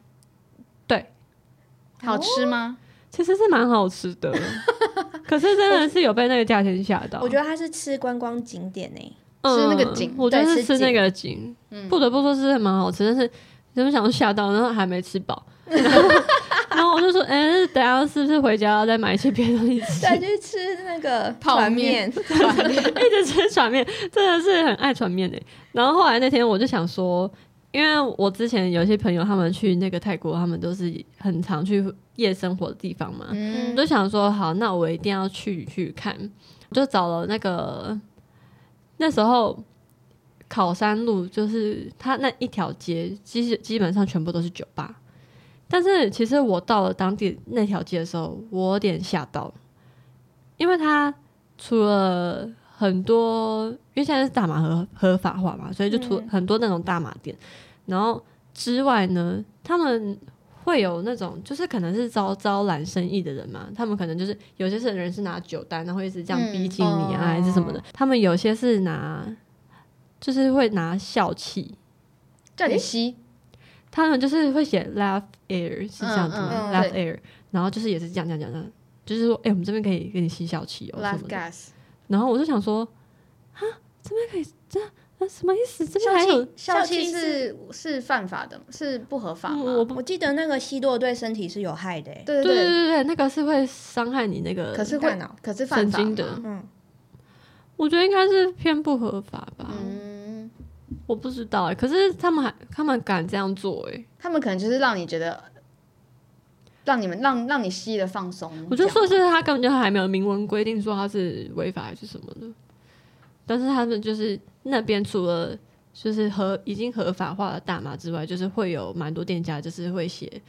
好吃吗？其实是蛮好吃 的，可是真的是有被那个价钱吓到。我觉得它是吃观光景点呢、嗯吃那个景我觉得对是吃吃那景个景，嗯不得不说是蛮好吃，但是怎么想都吓到，然后还没吃 饱。然后然后我就说，哎、等一下是不是回家要再买一些别的东西吃？对，就是吃那个泡团面，面一直吃船面，真的是很爱船面的。然后后来那天我就想说，因为我之前有一些朋友他们去那个泰国，他们都是很常去夜生活的地方嘛，我嗯，就想说好，那我一定要去去看，我就找了那个那时候。考山路就是它那一条街，基基本上全部都是酒吧。但是其实我到了当地那条街的时候，我有点吓到，因为它除了很多，因为现在是大麻合合法化嘛，所以就除嗯很多那种大麻店，然后之外呢，他们会有那种就是可能是招招揽生意的人嘛，他们可能就是有些是人是拿酒单，然后一直这样嗯逼近你啊，哦还是什么的，他们有些是拿就是会拿笑气，叫你吸，他们就是会写 laugh air 是这样子吗、嗯嗯 l a u g h 对 air，然后就是也是这样这样这样这样，就是说，哎、我们这边可以给你吸笑气哦 l 什 a 么 u 的。 gas，然后我就想说，啊，这边可以这样，啊什么意思？这边还有笑气，笑笑气气是是犯法的，是不合法嗯我吗？不我记得那个西多对身体是有害的、欸，对对对对，对对，那个是会伤害你那个，可是大会脑，可是犯神法经的吗嗯，我觉得应该是偏不合法吧，嗯，我不知道哎、可是他们还他们敢这样做哎、他们可能就是让你觉得，让你们让让你吸的放松。我就说这是样他根本就还没有明文规定说他是违法还是什么的，但是他们就是那边除了就是合已经合法化的大麻之外，就是会有蛮多店家就是会写，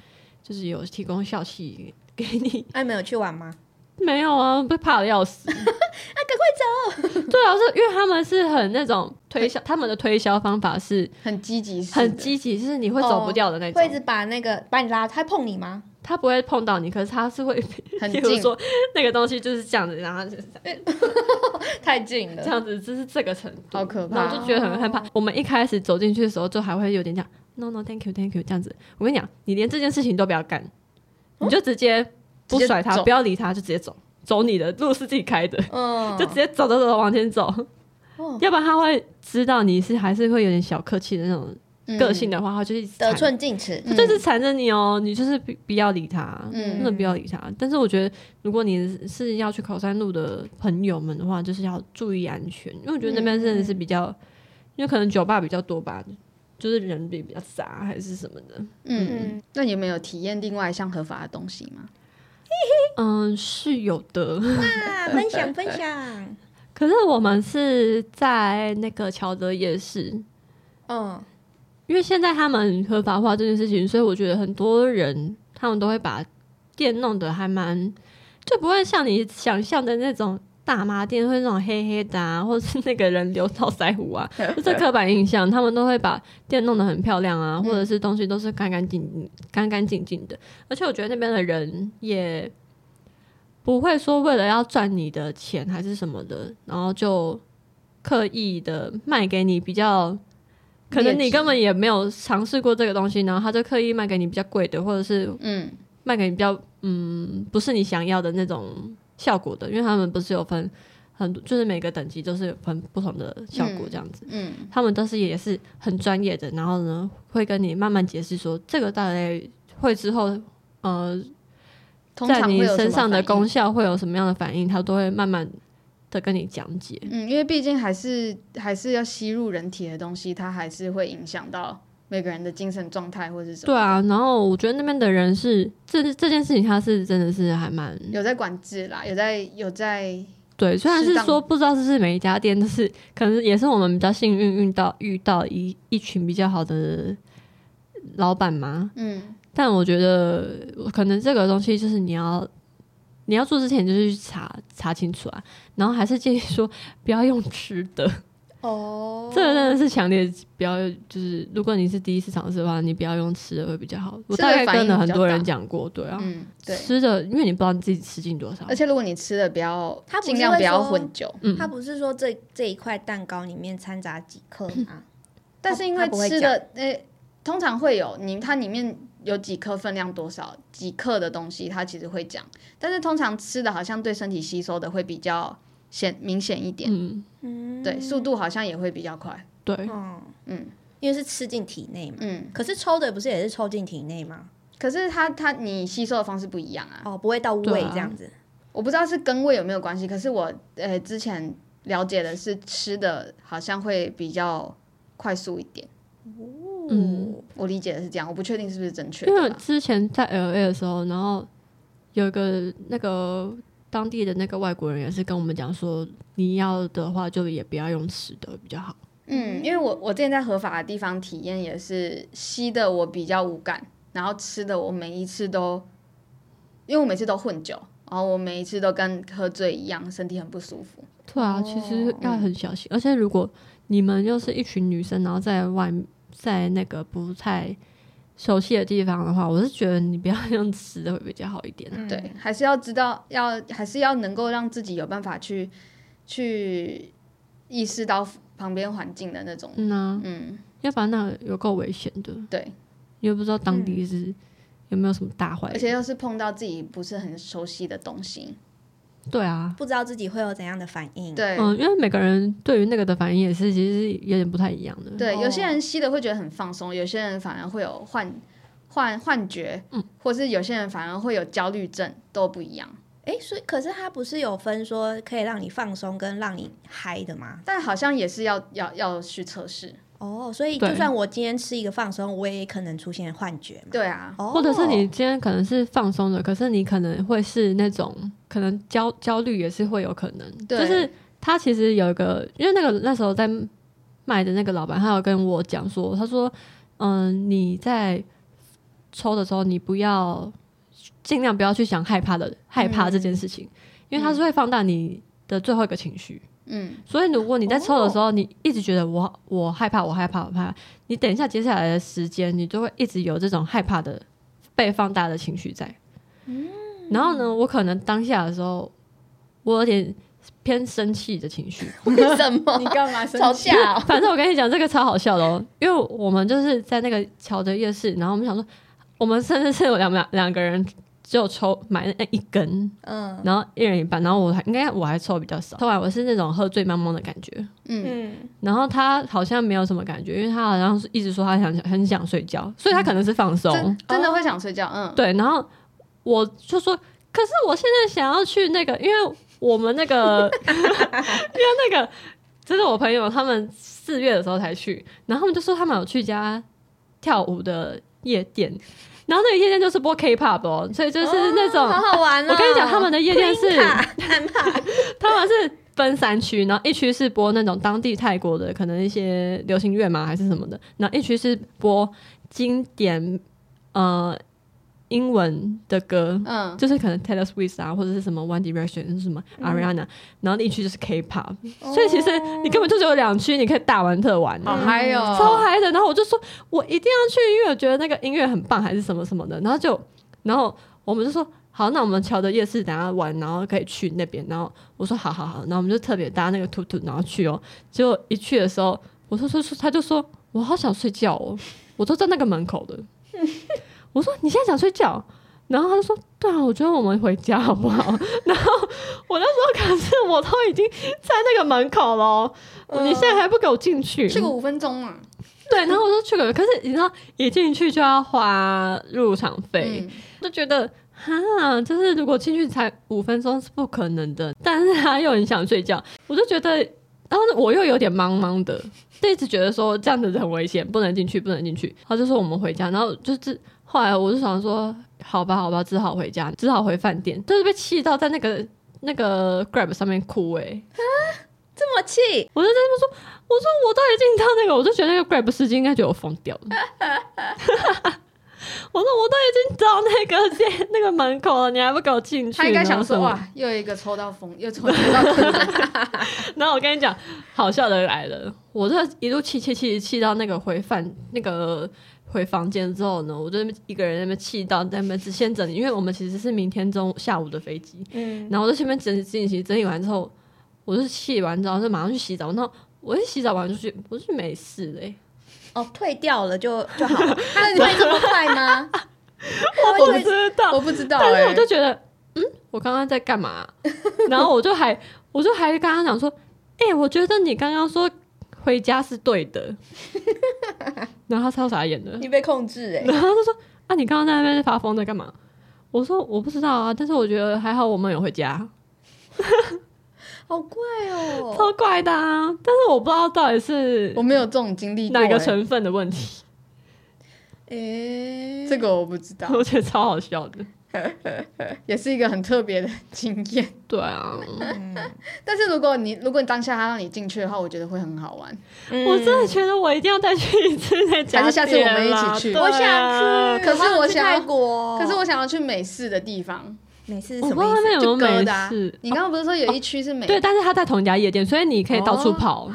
就是有提供笑气给你。哎、没有去玩吗？没有啊，被怕的要死。啊，赶快走！对啊，是因为他们是很那种推销，他们的推销方法是很积极式的，很积极，就是你会走不掉的那种。哦会一直把那个把你拉，他碰你吗？他不会碰到你，可是他是会， 很比近如说那个东西就是这样子，然后就是太近这，样子，就是这个程度，好可怕然后就觉得很害怕。我们一开始走进去的时候，就还会有点讲 “no no thank you thank you” 这样子。我跟你讲，你连这件事情都不要干，你就直接不直接甩他，走不要理他，就直接走，走你的路是自己开的，嗯，就直接走走走往前走。哦要不然他会知道你是还是会有点小客气的那种嗯个性的话，他就一直得缠寸进尺，他就是缠着你哦，你就是不不要理他，嗯真的不要理他。但是我觉得，如果你是要去考山路的朋友们的话，嗯就是要注意安全，因为我觉得那边真的是比较，因为可能酒吧比较多吧，就是人比比较杂还是什么的。嗯，那你有没有体验另外一项合法的东西吗？嗯，是有的。啊，分享分享，可是我们是在那个乔德夜市，嗯，因为现在他们合法化这件事情，所以我觉得很多人他们都会把店弄得还蛮，就不会像你想象的那种大麻店会那种黑黑的啊，或是那个人留到腮胡啊， 就是刻板印象，他们都会把店弄得很漂亮嗯啊，或者是东西都是干干净净、干干净净的。而且我觉得那边的人也不会说为了要赚你的钱还是什么的，然后就刻意的卖给你比较。可能劣你质根本也没有尝试过这个东西，然后他就刻意卖给你比较贵的，或者是嗯，卖给你比较嗯不是你想要的那种效果的，因为他们不是有分很多，就是每个等级都是有分不同的效果这样子。嗯，他们都是也是很专业的，然后呢会跟你慢慢解释说这个大概会之后呃通在常你会有什身么上的反应功效会有什么样的反应，他都会慢慢的跟你讲解。嗯，因为毕竟还是还是要吸入人体的东西，它还是会影响到每个人的精神状态或是什么。对，啊，然后我觉得那边的人是这这件事情，他是真的是还蛮有在管制啦，有在有在，对，虽然适是当说不知道是不是每一家店，但是可能也是我们比较幸运遇到遇到一一群比较好的老板嘛。嗯但我觉得可能这个东西就是你要你要做之前就是去查查清楚啊，然后还是建议说不要用吃的，哦这个真的是强烈不要就是如果你是第一次尝试的话，你不要用吃的会比较好。我吃的大概反应跟了很比较多大人讲过，对啊，嗯，对。吃的因为你不知道你自己吃进多少而，且如果你吃的不要它，不是尽量不要会说混酒，嗯他不是说这这一块蛋糕里面掺杂几克吗？但是因它为不会吃的，呃、通常会有你它里面有几克分量多少几克的东西，它其实会讲。但是通常吃的好像对身体吸收的会比较显明显一点，嗯，嗯，对，速度好像也会比较快。对，嗯嗯因为是吃进体内嘛。嗯，可是抽的不是也是抽进体内吗？可是它它你吸收的方式不一样啊，哦，不会到对胃啊这样子。我不知道是跟胃有没有关系，可是我呃之前了解的是吃的好像会比较快速一点，嗯。我理解的是这样，我不确定是不是正确因为的我啦。之前在 L A 的时候，然后有一个那个当地的那个外国人也是跟我们讲说，你要的话就也不要用吃的比较好。嗯，因为我我之前在合法的地方体验也是吸的我比较无感，然后吃的我每一次都，因为我每次都混酒，然后我每一次都跟喝醉一样，身体很不舒服。对啊，其实要很小心，而且如果你们又是一群女生，然后在外在那个不太熟悉的地方的话，我是觉得你不要用吃的会比较好一哦点嗯啊、对，还是要知道，要还是要能够让自己有办法去去意识到旁边环境的那种，嗯啊，嗯，要不然那有够危险的，对，你又不知道当地是、有没有什么大坏而人。且又是碰到自己不是很熟悉的东西，对啊，不知道自己会有怎样的反应。，对、嗯，因为每个人对于那个的反应也是，其实是有点不太一样的。对，哦有些人吸的会觉得很放松，有些人反而会有幻幻幻觉，嗯或是有些人反而会有焦虑症，都不一样。哎，所以可是它不是有分说可以让你放松跟让你嗨的吗？但好像也是要要要去测试，哦，所以对就算我今天吃一个放松，我也可能出现幻觉嘛。对啊，哦，或者是 你今天可能是放松的，可是你可能会是那种可能焦焦虑也是会有可能，对就是他其实有一个，因为那个那时候在卖的那个老板，他有跟我讲说，他说，嗯，你在抽的时候，你不要尽量不要去想害怕的害怕这件事情，因为它是会放大你的最后一个情绪。嗯，所以如果你在抽的时候，你一直觉得我我害怕，我害怕，我害怕，你等一下接下来的时间，你就会一直有这种害怕的被放大的情绪在。然后呢，我可能当下的时候，我有点偏生气的情绪。为什么干嘛 吵架、哦？反正我跟你讲，这个超好笑的哦，因为我们就是在那个桥的夜市，然后我们想说，我们甚至是有两两两个人只有抽买那一根，嗯然后一人一半，然后我还应该我还抽比较少，抽完我是那种喝醉茫茫的感觉。嗯，嗯，然后他好像没有什么感觉，因为他好像是一直说他想很想睡觉，所以他可能是放松。真真的会想睡觉，嗯，对，然后我就说，可是我现在想要去那个，因为我们那个，因为那个，这是我朋友他们是四月的时候才去，然后他们就说他们有去一家跳舞的夜店，然后那个夜店就是播 K-pop 哦，所以就是那种、好好玩哦！我跟你讲，他们的夜店是安帕， 他们是分三区，然后一区是播那种当地泰国的可能一些流行乐嘛，还是什么的，然后一区是播经典呃英文的歌，嗯，就是可能 Taylor Swift 啊，或者是什么 One Direction 什么 Ariana，、然后另一区就是 K-pop，所以其实你根本就只有两区，你可以大玩特玩。好嗨哦，超嗨的。然后我就说，我一定要去，因为我觉得那个音乐很棒，还是什么什么的。然后就，然后我们就说，好，那我们桥的夜市等下玩，然后可以去那边。然后我说，好好好，然后我们就特别搭那个兔兔，然后去哦。结果一去的时候，我说说说，他就说我好想睡觉哦，我都在那个门口的。我说你现在想睡觉？然后他就说：“对啊，我觉得我们回家好 不好？”然后我那时候可是我都已经在那个门口了哦，嗯你现在还不给我进去？去个五分钟嘛， 对，然后我就去了，可是你知道，一进去就要花入场费，嗯，就觉得哈，就是如果进去才五分钟是不可能的。但是他又很想睡觉，我就觉得，然后我又有点茫茫的，就一直觉得说这样子很危险，不能进去，不能进去。他就说我们回家，然后就是后来我就想说，好吧，好吧，只好回家，只好回饭店，就是被气到在那个那个 Grab 上面哭欸诶、这么气，我就在那边说，我说我到底进到那个，我就觉得那个 Grab 司机应该觉得我疯掉了。 我说我都已经到那个店那个门口了，你还不给我进去？他应该想然后什说么。哇，又有一个抽到风，又抽到 风筝，然后我跟你讲，好笑的来了，我这一路气气气气到那个回饭那个回房间之后呢，我就在那边一个人在那边气到在那边只先整理，因为我们其实是明天中下午的飞机，嗯，然后我在前面整理整理整理完之后，我就气完之后就马上去洗澡，然后我一洗澡完就去，我就没事欸嘞、哦，退掉了就就好了，他 会这么快吗？我不知道，我不知道但是哎我，就觉得，嗯，我刚刚在干嘛、 然后我就还，我就还跟他讲说，哎、我觉得你刚刚说回家是对 的，然后他超傻眼的， 你被控制哎，然后他就说，啊，你刚刚在那边发疯在干嘛？我说我不知道啊，但是我觉得还好我们有回家，好怪哦，超怪的啊！但是我不知道到底是我没有这种经历过哪个哎成分的问题，诶，这个我不知 道，我觉得超好笑的。也是一个很特别的经验。 对啊，嗯但是如果你如果你当下他让你进去的话，我觉得会很好玩。我嗯真的觉得我一定要再去一次那家店啦，还是下次我们一起去对啊我想去，可是我好想要去泰哦国，可是我想要去美式的地方，每次是我什不知道么他们意有思？没有就美疙瘩式。。哦你刚刚不是说有一区是美？对，但是他在同一家夜店，所以你可以到哦处跑。所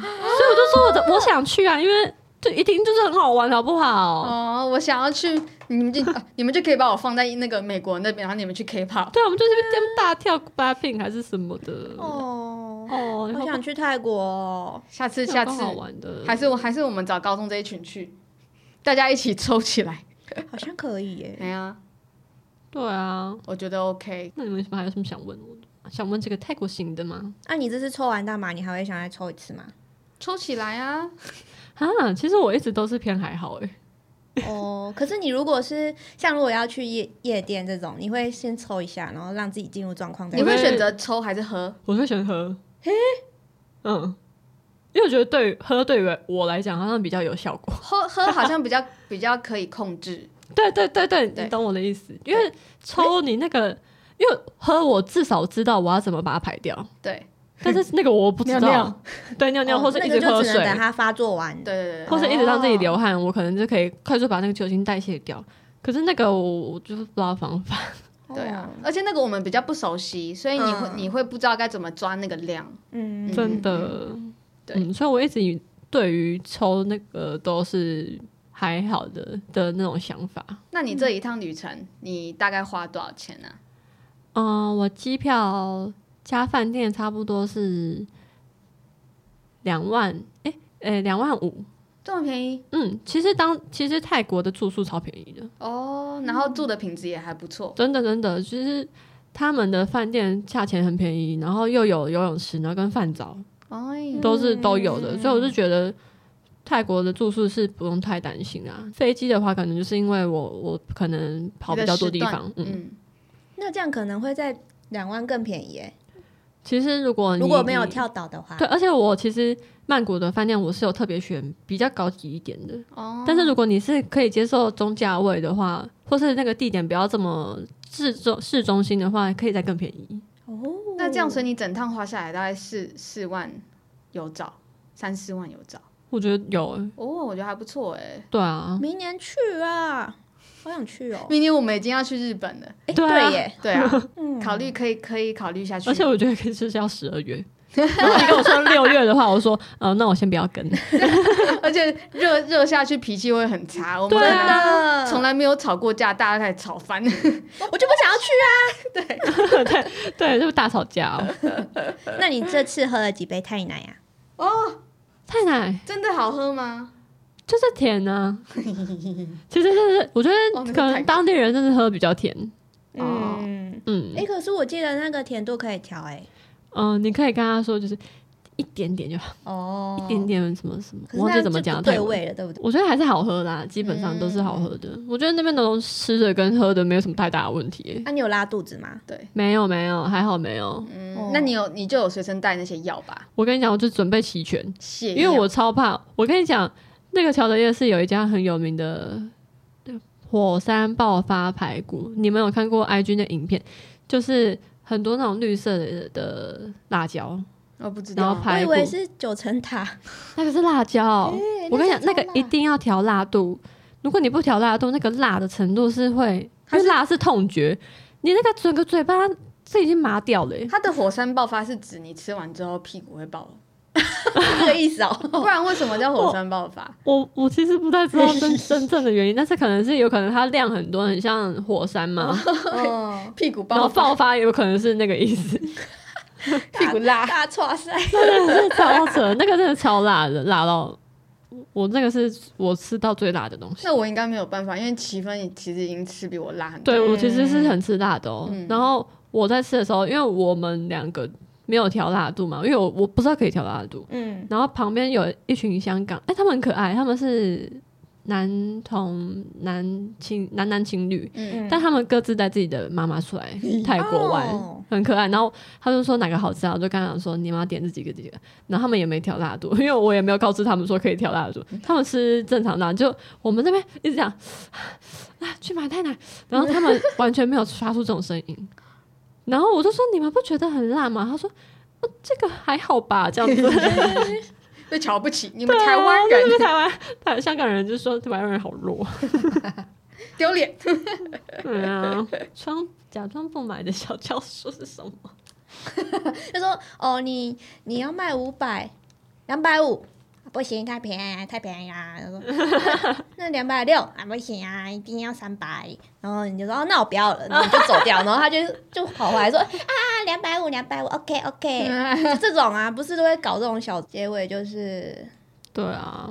以我就说我的我想去啊，因为就一听就是很好玩，好不好？哦，我想要去，你们就、啊你们就可以把我放在那个美国那边，然后你们去 K-pop。对，我们就是这边大跳 b a p i n 还是什么的。哦，哦，我我想去泰国哦，下次下次好玩的，还是我还是我们找高中这一群去，大家一起抽起来。好像可以耶。哎呀，对啊。我觉得 OK。那你们有什么还有什么想问我的？想问这个泰国行的吗？那、啊你这次抽完大麻，你还会想再抽一次 吗？抽起来啊！啊，其实我一直都是偏还好哎、哦，可是你如果是像如果要去夜夜店这种，你会先抽一下，然后让自己进入状况再你说。会选择抽还是喝？我会选喝。嘿，嗯，因为我觉得对喝对于我来讲好像比较有效果。喝喝好像比较 比较可以控制。对对对对，对你懂我的意思。因为抽你那个，因为喝我至少知道我要怎么把它排 掉，对但是那个我不知道。尿尿 对尿尿，哦或是那一个直就喝只能水，等它发作完对。对对或是一直让自己哦流汗，我可能就可以快速把那个酒精代谢掉。可是那个我我就是不知道方法，对啊哦，而且那个我们比较不熟悉，所以你会、嗯你会不知道该怎么抓那个量。嗯，真的。对嗯，所以我一直以对于抽那个都是还好的的那种想法。那你这一趟旅程，你大概花多少钱啊？嗯，我机票加饭店差不多是两万，哎、诶，两、万五。这么便宜嗯，其实当其实泰国的住宿超便宜的，哦，然后住的品质也还不错。真的真的，就是他们的饭店价钱很便宜，然后又有游泳池，然后跟饭澡嗯哎，都是都有的，所以我就觉得。泰国的住宿是不用太担心啊，飞机的话可能就是因为我我可能跑比较多地方，嗯，嗯，那这样可能会在两万更便宜耶。其实如果你如果没有跳岛的话，对，而且我其实曼谷的饭店我是有特别选比较高级一点的，哦，但是如果你是可以接受中价位的话，或是那个地点不要这么市中市中心的话，可以再更便宜。哦，那这样，所以你整趟花下来大概四四万有找，三四万有找。我觉得有欸，哦，我觉得还不错哎。对啊，明年去啊，好想去哦。明年我们已经要去日本了，哎，对啊对耶，对 啊，嗯考虑可以可以考虑下去。而且我觉得可以就是要十二 月。如果你跟我说六月的话，我说呃，那我先不要 跟。而且热热下去脾气会很差，我们对真的啊从来没有吵过架，大家开始吵翻。我就不想要去对对，就是大吵架哦。啊。那你这次喝了几杯泰奶啊？哦，太奶 真的好喝吗？就是甜 啊，其实就是我觉哦那得个可太能当地人就是喝比较甜。哦嗯，嗯哎，可是我记得那个甜度可以调哎。嗯、呃你可以跟他说就是一点点就好，哦一点点什么什么，可我忘是那记样怎么就讲不泰对文。味了，嗯对不对？我觉得还是好喝啦，基本上都是好喝的。我觉得那边的吃的跟喝的没有什么太大的问题耶、啊那你有拉肚子吗？对，没有没有，还好没有。嗯哦，那你有你就有随身带那些药吧？我跟你讲，我就准备齐全，泻因为药我超怕。我跟你讲，那个乔德夜市有一家很有名的火山爆发排骨，你们有看过 IG 的影片？就是很多那种绿色的的辣椒，我不知然后道，我排以骨，为是九层塔。那个是辣椒。哎我跟你讲，那个超辣一定要调辣度。如果你不调辣度，那个辣的程度是会，因为辣是痛觉，你那个整个嘴巴是已经麻掉了、欸。它的火山爆发是指你吃完之后屁股会爆，这个意思哦。 不然为什么叫火山爆发？我我其实不太 知道真真正的原因，但是可能是有可能它量很多，很像火山嘛，嗯，屁股然后爆发， 爆发也有可能是那个意 思。屁股 辣。大错塞。真的是超扯，那个真的超辣的，辣到我我那个是我吃到最辣的东西。那我应该没有办法，因为奇芬你其实已经吃比我辣很多。对我其实是很吃辣的哦、嗯然后我在吃的时候，因为我们两个没有调辣度嘛，因为我我不知道可以调辣度，嗯，然后旁边有一群香港，哎、他们很可爱，他们是男同男情男男情侣，嗯，但他们各自带自己的妈妈出来泰国玩，哦很可爱。然后他就说哪个好吃啊，我就跟他讲说你们要点这几个这几个，然后他们也没调辣度，因为我也没有告知他们说可以调辣度，他们吃正常辣，就我们这边一直讲啊去买太奶，然后他们完全没有发出这种声音。然后我就说你们不觉得很辣吗？他说。哦这个还好吧，这样子。被瞧不起，你们台湾人对啊台湾台香港人就说台湾人好弱，丢 脸。对啊，装 假装不买的小教唆是什么？就说哦，你你要卖五百，两百五。不行，太便宜，太便宜啦！他说 那两百六啊，不行啊，一定要三百。然后你就说哦，那我不要了，然后你就走掉。然后他就就跑回来说啊，两百五，两百五，OK OK。就这种啊，不是都会搞这种小结尾，就是对啊，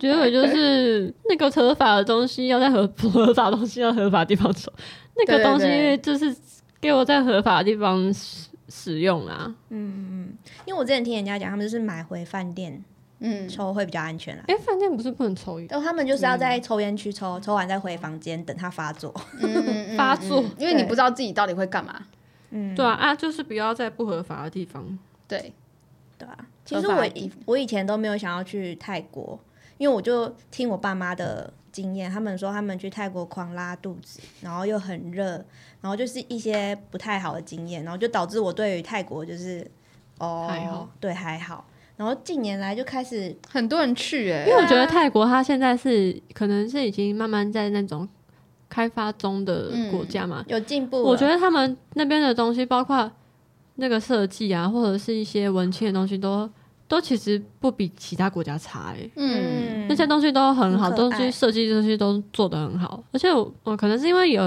结尾就是那个合法的东西要在合合法的东西要合法的地方走，那个对对东西对就是给我在合法的地方使使用啊。嗯嗯，因为我之前听人家讲，他们就是买回饭店 嗯，抽会比较安全啦。哎、饭店不是不能抽烟？但他们就是要在抽烟区抽，抽完再回房间等它发作。嗯发作因为你对不知道自己到底会干嘛。嗯，对啊，啊，就是不要在不合法的地方。对，对啊，其实合法我的地以我以前都没有想要去泰国，因为我就听我爸妈的经验，他们说他们去泰国狂拉肚子，然后又很热，然后就是一些不太好的经验，然后就导致我对于泰国就是哦，还好对还好。然后近年来就开始很多人去哎、因为我觉得泰国它现在是可能是已经慢慢在那种开发中的国家嘛，有进步了，我觉得他们那边的东西，包括那个设计啊，或者是一些文青的东西都，都其实不比其他国家差、欸。嗯，那些东西都很好，很可爱东西设计这些都做得很好。而且我呃我可能是因为有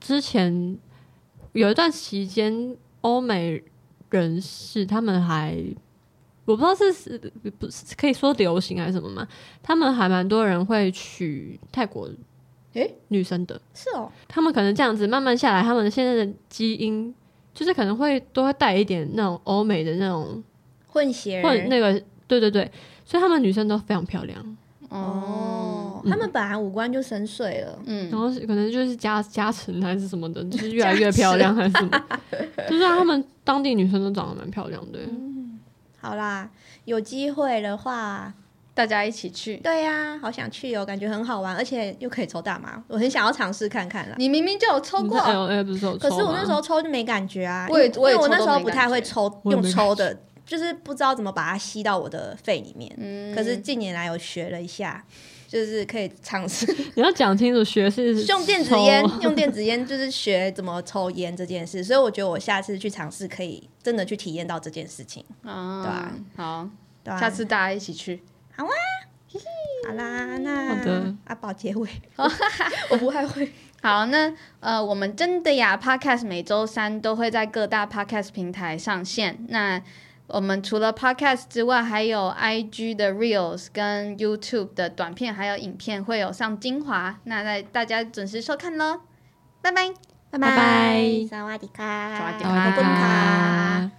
之前有一段期间，欧美人士他们还我不知道是是呃不是可以说流行还是什么嘛，他们还蛮多人会娶泰国诶女生的。是哦，他们可能这样子慢慢下来，他们现在的基因就是可能会都会带一点那种欧美的那种，混血或者儿那个对对对，所以他们女生都非常漂亮。哦，他们本来五官就深邃了，嗯，然后是可能就是加加成还是什么的，就是越来越漂 亮还是什么，就是啊他们当地女生都长得蛮漂亮的。嗯好啦，有机会的话，大家一起去。对呀、好想去哦，感觉很好玩，而且又可以抽大麻，我很想要尝试看看啦。你明明就有抽你过在，L 哎 A 不是有抽吗？可是我那时候抽就没感觉啊，我也因为我也因为我抽都那时候没不感太会觉抽我也用没抽的，就是不知道怎么把它吸到我的肺里面。嗯，可是近年来有学了一下，就是可以尝 试你要讲清楚，学是用电子烟抽，用电子烟就是学怎么抽烟这件事，所以我觉得我下次去尝试可以真的去体验到这件事情，对啊啊，好，对吧、下次大家一起去。好啦，那好的阿宝结 尾，我不太会。好，那呃，我们真的呀，Podcast 每周三都会在各大 Podcast 平台上线。那我们除了 Podcast 之外，还有 IG 的 Reels 跟 YouTube 的短片，还有影片会有上精华。那在大家准时收看喽，拜拜。拜拜萨瓦迪卡，萨瓦迪好卡啊滚卡。